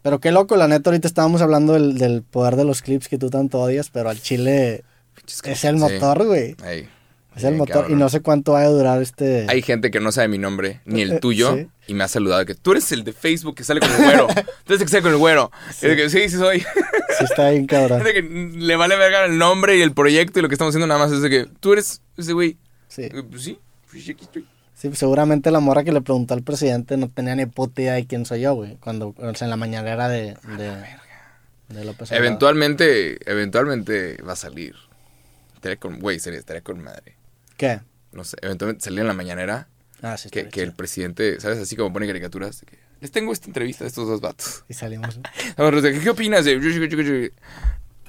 B: pero qué loco, la neta, ahorita estábamos hablando del, del poder de los clips que tú tanto odias, pero al Chile es el
A: Sí.
B: motor, güey.
A: Ahí.
B: Es el
A: Bien,
B: motor. Y
A: cabrón.
B: no sé cuánto va a durar este...
A: Hay gente que no sabe mi nombre, ni el tuyo,
B: Eh, Sí.
A: y me ha saludado que tú eres el de Facebook que sale con el güero. Tú eres el que sale con el güero. Sí, que, sí, sí soy.
B: Sí, está bien, cabrón.
A: Gente que le vale verga el nombre y el proyecto y lo que estamos haciendo nada más es de que tú eres ese güey.
B: Sí.
A: Eh, Pues sí, pues sí, aquí estoy.
B: Sí, seguramente la morra que le preguntó al presidente no tenía ni puta idea de quién soy yo, güey. Cuando, o sea, en la mañanera de... de, de López Obrador.
A: Eventualmente, eventualmente va a salir. Estaría con, güey, sería- estaría con madre.
B: ¿Qué?
A: No sé, eventualmente salir en la mañanera
B: Ah, sí,
A: que,
B: está
A: que
B: bien
A: el presidente, ¿sabes? Así como pone caricaturas. de que, Les tengo esta entrevista de estos dos vatos.
B: Y salimos.
A: A ver, ¿qué, qué opinas de.?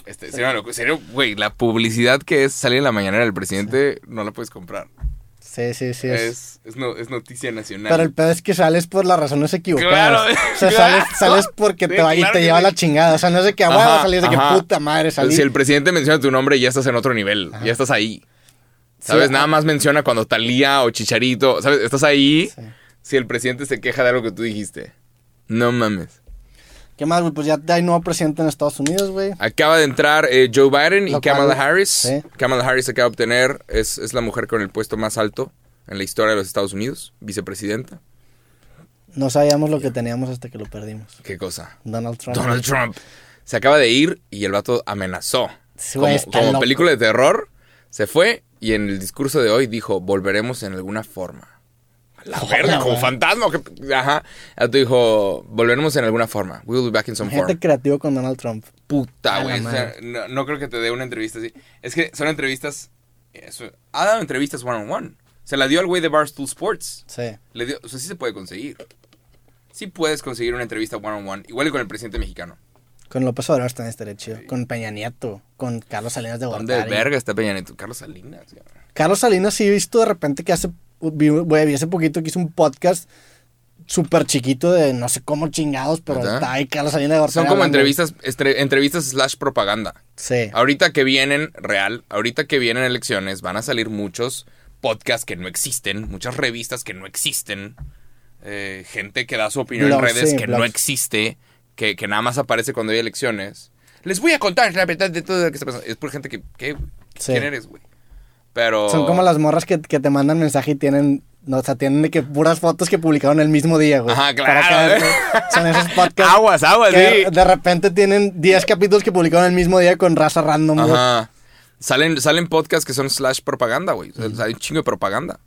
A: Este, sería, una locura, sería, güey, la publicidad que es salir en la mañanera del presidente no la puedes comprar.
B: Sí, sí, sí. es-
A: Es, es, no- es noticia nacional.
B: Pero el pedo es que sales por las razones equivocadas.
A: Claro,
B: o sea,
A: claro.
B: sales, sales porque te
A: Sí,
B: va y
A: claro
B: te
A: que
B: lleva
A: sí.
B: la chingada. O sea, no es de que "Ah,
A: Ajá,
B: a salir de que
A: ajá.
B: puta madre salí.
A: Si el presidente menciona tu nombre, ya estás en otro nivel. Ya estás ahí. ¿Sabes?
B: Sí,
A: Nada
B: ah.
A: más menciona cuando Talía o Chicharito. ¿Sabes? Estás ahí.
B: Sí.
A: Si el presidente se queja de algo que tú dijiste. No mames.
B: ¿Qué más, güey? Pues ya hay nuevo presidente en Estados Unidos, güey.
A: Acaba de entrar eh, Joe Biden y
B: Lo cual-
A: Kamala Harris.
B: sí.
A: Kamala Harris acaba de obtener, es, es la mujer con el puesto más alto en la historia de los Estados Unidos, vicepresidenta.
B: No sabíamos lo que teníamos hasta que lo perdimos.
A: ¿Qué cosa?
B: Donald Trump.
A: Donald Trump. Se acaba de ir y el vato amenazó.
B: Sí, güey,
A: Como,
B: está
A: como
B: loco.
A: película de terror, se fue y en el discurso de hoy dijo, volveremos en alguna forma. A La
B: Joder,
A: verga, como
B: güey.
A: fantasma. que- Ajá. El vato dijo, volveremos en alguna forma. We'll be back in some
B: Gente
A: form.
B: creativo con Donald Trump. a
A: Puta,
B: la
A: güey. O sea,
B: madre.
A: no, no creo que te dé una entrevista así. Es que son entrevistas... eso- ha dado entrevistas one-on-one. Se la dio al güey de Barstool Sports.
B: Sí.
A: Le dio, o sea, sí se puede conseguir. Sí puedes conseguir una entrevista one-on-one. igual y con el presidente mexicano.
B: Con López Obrador también estaría chido. Con Peña Nieto. Con Carlos Salinas de
A: ¿Dónde
B: Gortari.
A: verga está Peña Nieto? Carlos Salinas. cabrón.
B: Carlos Salinas sí he visto de repente que hace, vi- güey, vi hace poquito que hizo un podcast súper chiquito de no sé cómo chingados, pero
A: ¿Verdad?
B: está ahí Carlos Salinas de Gortari
A: Son como
B: hablando.
A: entrevistas, estre- entrevistas slash propaganda.
B: Sí.
A: Ahorita que vienen, real, ahorita que vienen elecciones, van a salir muchos podcasts que no existen, muchas revistas que no existen, eh, gente que da su opinión
B: Blogs,
A: en redes
B: sí,
A: que no
B: blogs.
A: existe, que, que nada más aparece cuando hay elecciones. Les voy a contar la verdad de todo lo que está pasando. Es por gente que... que
B: Sí.
A: ¿Quién eres, güey? Pero...
B: Son como las morras que, que te mandan mensaje y tienen, no, o sea, tienen de que puras fotos que publicaron el mismo día, güey.
A: Ajá,
B: Para
A: claro,
B: que-
A: güey.
B: son esos podcasts.
A: Aguas, aguas,
B: que
A: sí.
B: de repente tienen 10 capítulos que publicaron el mismo día con raza random. güey.
A: Ajá. Salen, salen podcasts que son slash propaganda, güey. O sea, Hay un chingo de propaganda.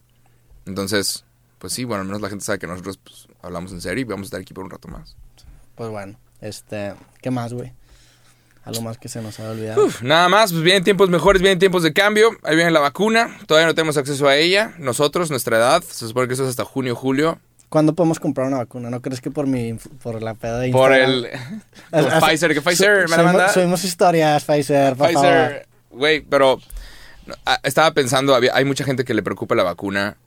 A: Entonces, pues sí, bueno, al menos la gente sabe que nosotros pues, hablamos en serio y vamos a estar aquí por un rato más.
B: Pues bueno, este, ¿qué más, güey? Algo más que se nos ha olvidado.
A: Uf, nada más, pues vienen tiempos mejores, vienen tiempos de cambio. Ahí viene la vacuna, todavía no tenemos acceso a ella. Nosotros, nuestra edad, se supone que eso es hasta junio, julio.
B: ¿Cuándo podemos comprar una vacuna? ¿No crees que por mi, inf- por la peda de
A: Por
B: Instagram?
A: el. por
B: Ah, ah,
A: Pfizer, que
B: su-
A: Pfizer me la
B: subimos-
A: manda.
B: Subimos historias, Pfizer, por favor.
A: Pfizer, güey, pero ah, no, a- estaba pensando, había- hay mucha gente que le preocupa la vacuna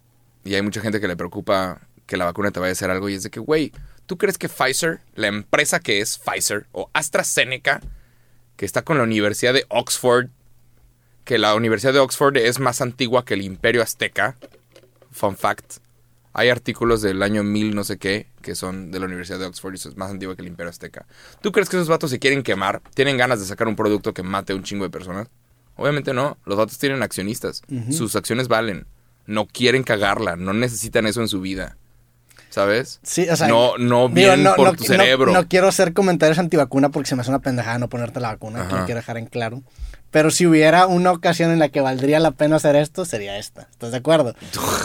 A: y hay mucha gente que le preocupa que la vacuna te vaya a hacer algo y es de que, güey, ¿tú crees que Pfizer, la empresa que es Pfizer o AstraZeneca, que está con la Universidad de Oxford, que la Universidad de Oxford es más antigua que el Imperio Azteca? Fun fact. Hay artículos del año 1000 no sé qué que son de la Universidad de Oxford y eso es más antiguo que el Imperio Azteca. ¿Tú crees que esos vatos se quieren quemar? ¿Tienen ganas de sacar un producto que mate a un chingo de personas? Obviamente no. Los vatos tienen accionistas. Sus acciones valen. No quieren cagarla. No necesitan eso en su vida. ¿Sabes?
B: Sí, o sea,
A: no, no
B: digo,
A: bien por tu cerebro.
B: No, quiero hacer comentarios antivacuna porque se me hace una pendejada no ponerte la vacuna, que
A: Ajá.
B: lo quiero dejar en claro. Pero si hubiera una ocasión en la que valdría la pena hacer esto, sería esta. ¿Estás de acuerdo?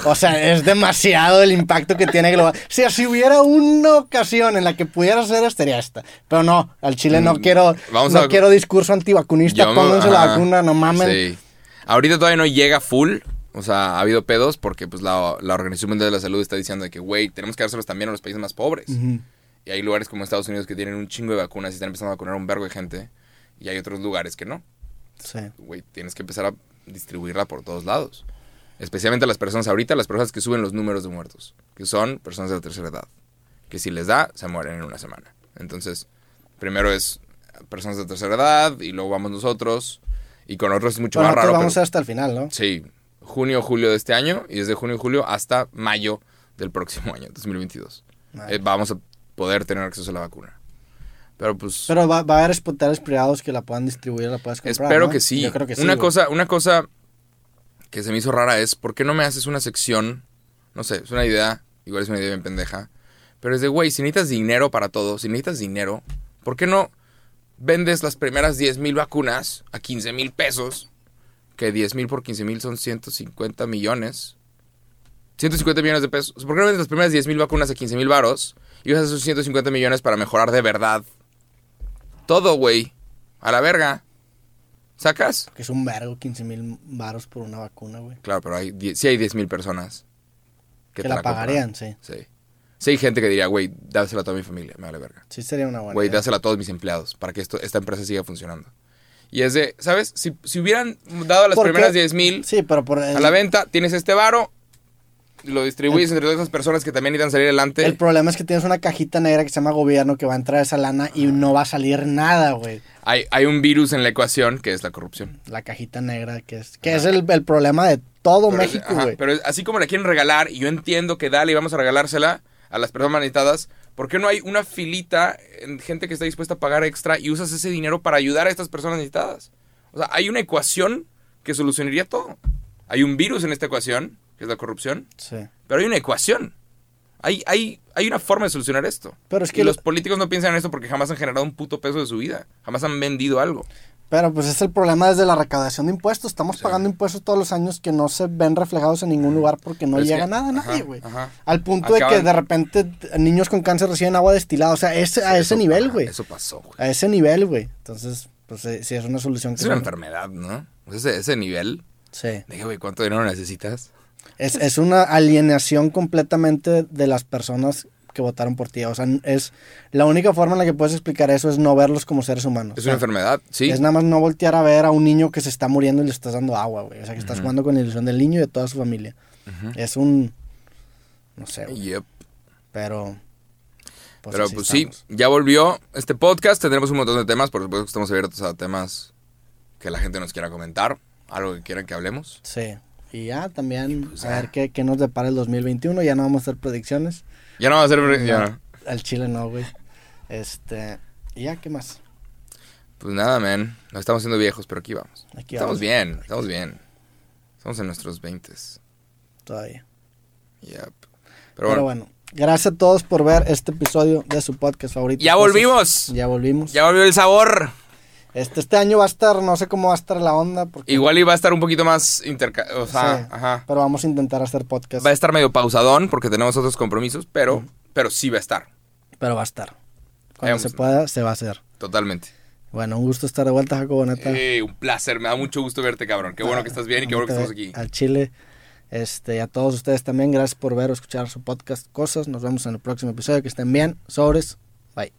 B: O sea, es demasiado el impacto que tiene global. Si así hubiera una ocasión en la que pudiera hacer esto, sería esta. Pero no, al Chile no
A: Mm,
B: quiero,
A: vamos
B: no
A: a-
B: quiero discurso antivacunista.
A: Yo me-
B: Pónganse la
A: ajá.
B: vacuna, no mamen.
A: Sí. Ahorita todavía no llega full. O sea, ha habido pedos porque pues la, la Organización Mundial de la Salud está diciendo de que, güey, tenemos que dárselos también a los países más pobres.
B: Ujú.
A: Y hay lugares como Estados Unidos que tienen un chingo de vacunas y están empezando a vacunar a un vergo de gente. Y hay otros lugares que no.
B: Sí.
A: Güey, tienes que empezar a distribuirla por todos lados. Especialmente a las personas ahorita, las personas que suben los números de muertos, que son personas de la tercera edad, que si les da, se mueren en una semana. Entonces, primero es personas de tercera edad y luego vamos nosotros. Y con otros es mucho
B: Bueno,
A: más
B: nosotros
A: raro.
B: vamos
A: pero-
B: hasta el final, ¿no?
A: Sí, junio, julio de este año y desde junio, julio hasta mayo del próximo año, 2022.
B: Vale.
A: Eh, vamos a poder tener acceso a la vacuna. Pero pues...
B: Pero va, va a haber hospitales privados que la puedan distribuir, la puedas comprar.
A: Espero
B: ¿no?
A: que sí.
B: Yo creo que sí.
A: una
B: güey.
A: cosa, una cosa que se me hizo rara es ¿por qué no me haces una sección? No sé, es una idea, igual es una idea bien pendeja, pero es de güey, si necesitas dinero para todo, si necesitas dinero, ¿por qué no vendes las primeras 10 mil vacunas a 15 mil pesos? Que 10 mil por 15 mil son 150 millones. 150 millones de pesos. ¿Por qué no vendes las primeras 10 mil vacunas a 15 mil varos y usas esos 150 millones para mejorar de verdad todo, güey? A la verga. ¿Sacas?
B: Que es un vergo, 15 mil varos por una vacuna, güey.
A: Claro, pero hay, die- sí hay 10.000 personas
B: Que
A: te
B: la
A: compran.
B: pagarían, sí.
A: Sí. Sí hay gente que diría, güey, dásela a toda mi familia, me vale verga.
B: Sí sería una buena
A: Güey,
B: idea.
A: dásela a todos mis empleados para que esto, esta empresa siga funcionando. Y es de, ¿sabes? Si, si hubieran dado las
B: ¿Por qué?
A: primeras 10.000
B: Sí, pero por el,
A: a la venta, tienes este varo, lo distribuyes entre todas esas personas que también necesitan salir adelante.
B: el problema es que tienes una cajita negra que se llama gobierno que va a entrar esa lana
A: Ah.
B: y no va a salir nada, güey.
A: Hay, hay un virus en la ecuación que es la corrupción.
B: La cajita negra que es que es el, el problema de todo
A: Pero es-
B: México,
A: ajá,
B: güey.
A: Pero es- así como la quieren regalar, y yo entiendo que dale y vamos a regalársela a las personas necesitadas, ¿por qué no hay una filita en gente que está dispuesta a pagar extra y usas ese dinero para ayudar a estas personas necesitadas? O sea, hay una ecuación que solucionaría todo. Hay un virus en esta ecuación, que es la corrupción,
B: Sí.
A: pero hay una ecuación. Hay, hay, hay una forma de solucionar esto.
B: Pero es
A: Y
B: que
A: los políticos no piensan en esto porque jamás han generado un puto peso de su vida. Jamás han vendido algo.
B: Pero pues es el problema desde la recaudación de impuestos. Estamos
A: Sí.
B: pagando impuestos todos los años que no se ven reflejados en ningún lugar porque no
A: Pero es
B: llega
A: que-
B: nada a
A: ajá,
B: nadie, güey.
A: ajá.
B: Al punto de que
A: Acaban-
B: de repente t- niños con cáncer reciben agua destilada. O sea, ese- a ese
A: Eso-
B: nivel,
A: ajá,
B: güey.
A: Eso pasó, güey.
B: A ese nivel, güey. Entonces, pues eh, sí, es una solución que
A: Es una
B: se-
A: enfermedad, ¿no? O sea, Ese, ese nivel.
B: Sí.
A: Dije, güey, ¿cuánto dinero necesitas?
B: Es, es una alienación completamente de las personas que votaron por ti. O sea, es la única forma en la que puedes explicar eso es no verlos como seres humanos.
A: Es
B: O sea,
A: una enfermedad, sí.
B: Es nada más no voltear a ver a un niño que se está muriendo y le estás dando agua, güey. O sea, que estás
A: Ujú.
B: jugando con la ilusión del niño y de toda su familia.
A: Ujú.
B: Es un... No sé, güey,
A: Yep.
B: pero... pues
A: Pero
B: así
A: pues sí,
B: estamos.
A: ya volvió este podcast. Tendremos un montón de temas. Por supuesto que estamos abiertos a temas que la gente nos quiera comentar. Algo que quieran que hablemos.
B: Sí. Y ya también,
A: pues,
B: a ver
A: ah.
B: qué, qué nos depara el 2021. Ya no vamos a hacer predicciones.
A: Ya no va a ser... ya no.
B: Al Chile no, güey. Este... Y ya, ¿qué más?
A: Pues nada, man. Nos estamos haciendo viejos, pero aquí vamos.
B: Aquí
A: estamos
B: vamos.
A: bien, estamos bien. Estamos en nuestros 20
B: Todavía.
A: Yep. Pero
B: Pero,
A: bueno.
B: bueno. Gracias a todos por ver este episodio de su podcast favorito.
A: ¡Ya
B: Entonces,
A: volvimos!
B: Ya volvimos.
A: Ya volvió el sabor.
B: Este, este año va a estar, no sé cómo va a estar la onda, porque,
A: Igual iba a estar un poquito más interca... O sea,
B: Sí. Pues,
A: ajá.
B: pero vamos a intentar hacer podcast.
A: Ah. Va a estar medio pausadón porque tenemos otros compromisos, pero, pero sí va a estar.
B: Pero va a estar. Cuando
A: Vamos.
B: se pueda, se va a hacer.
A: Totalmente.
B: Bueno, un gusto estar de vuelta, Jacobo, neta. Ah,
A: Eh, un placer, me da mucho gusto verte, cabrón. Qué bueno que estás bien y qué bueno que estamos aquí.
B: Al Chile. Este, y a todos ustedes también, gracias por ver o escuchar su podcast Cosas. Nos vemos en el próximo episodio. Que estén bien. Sobres. Bye.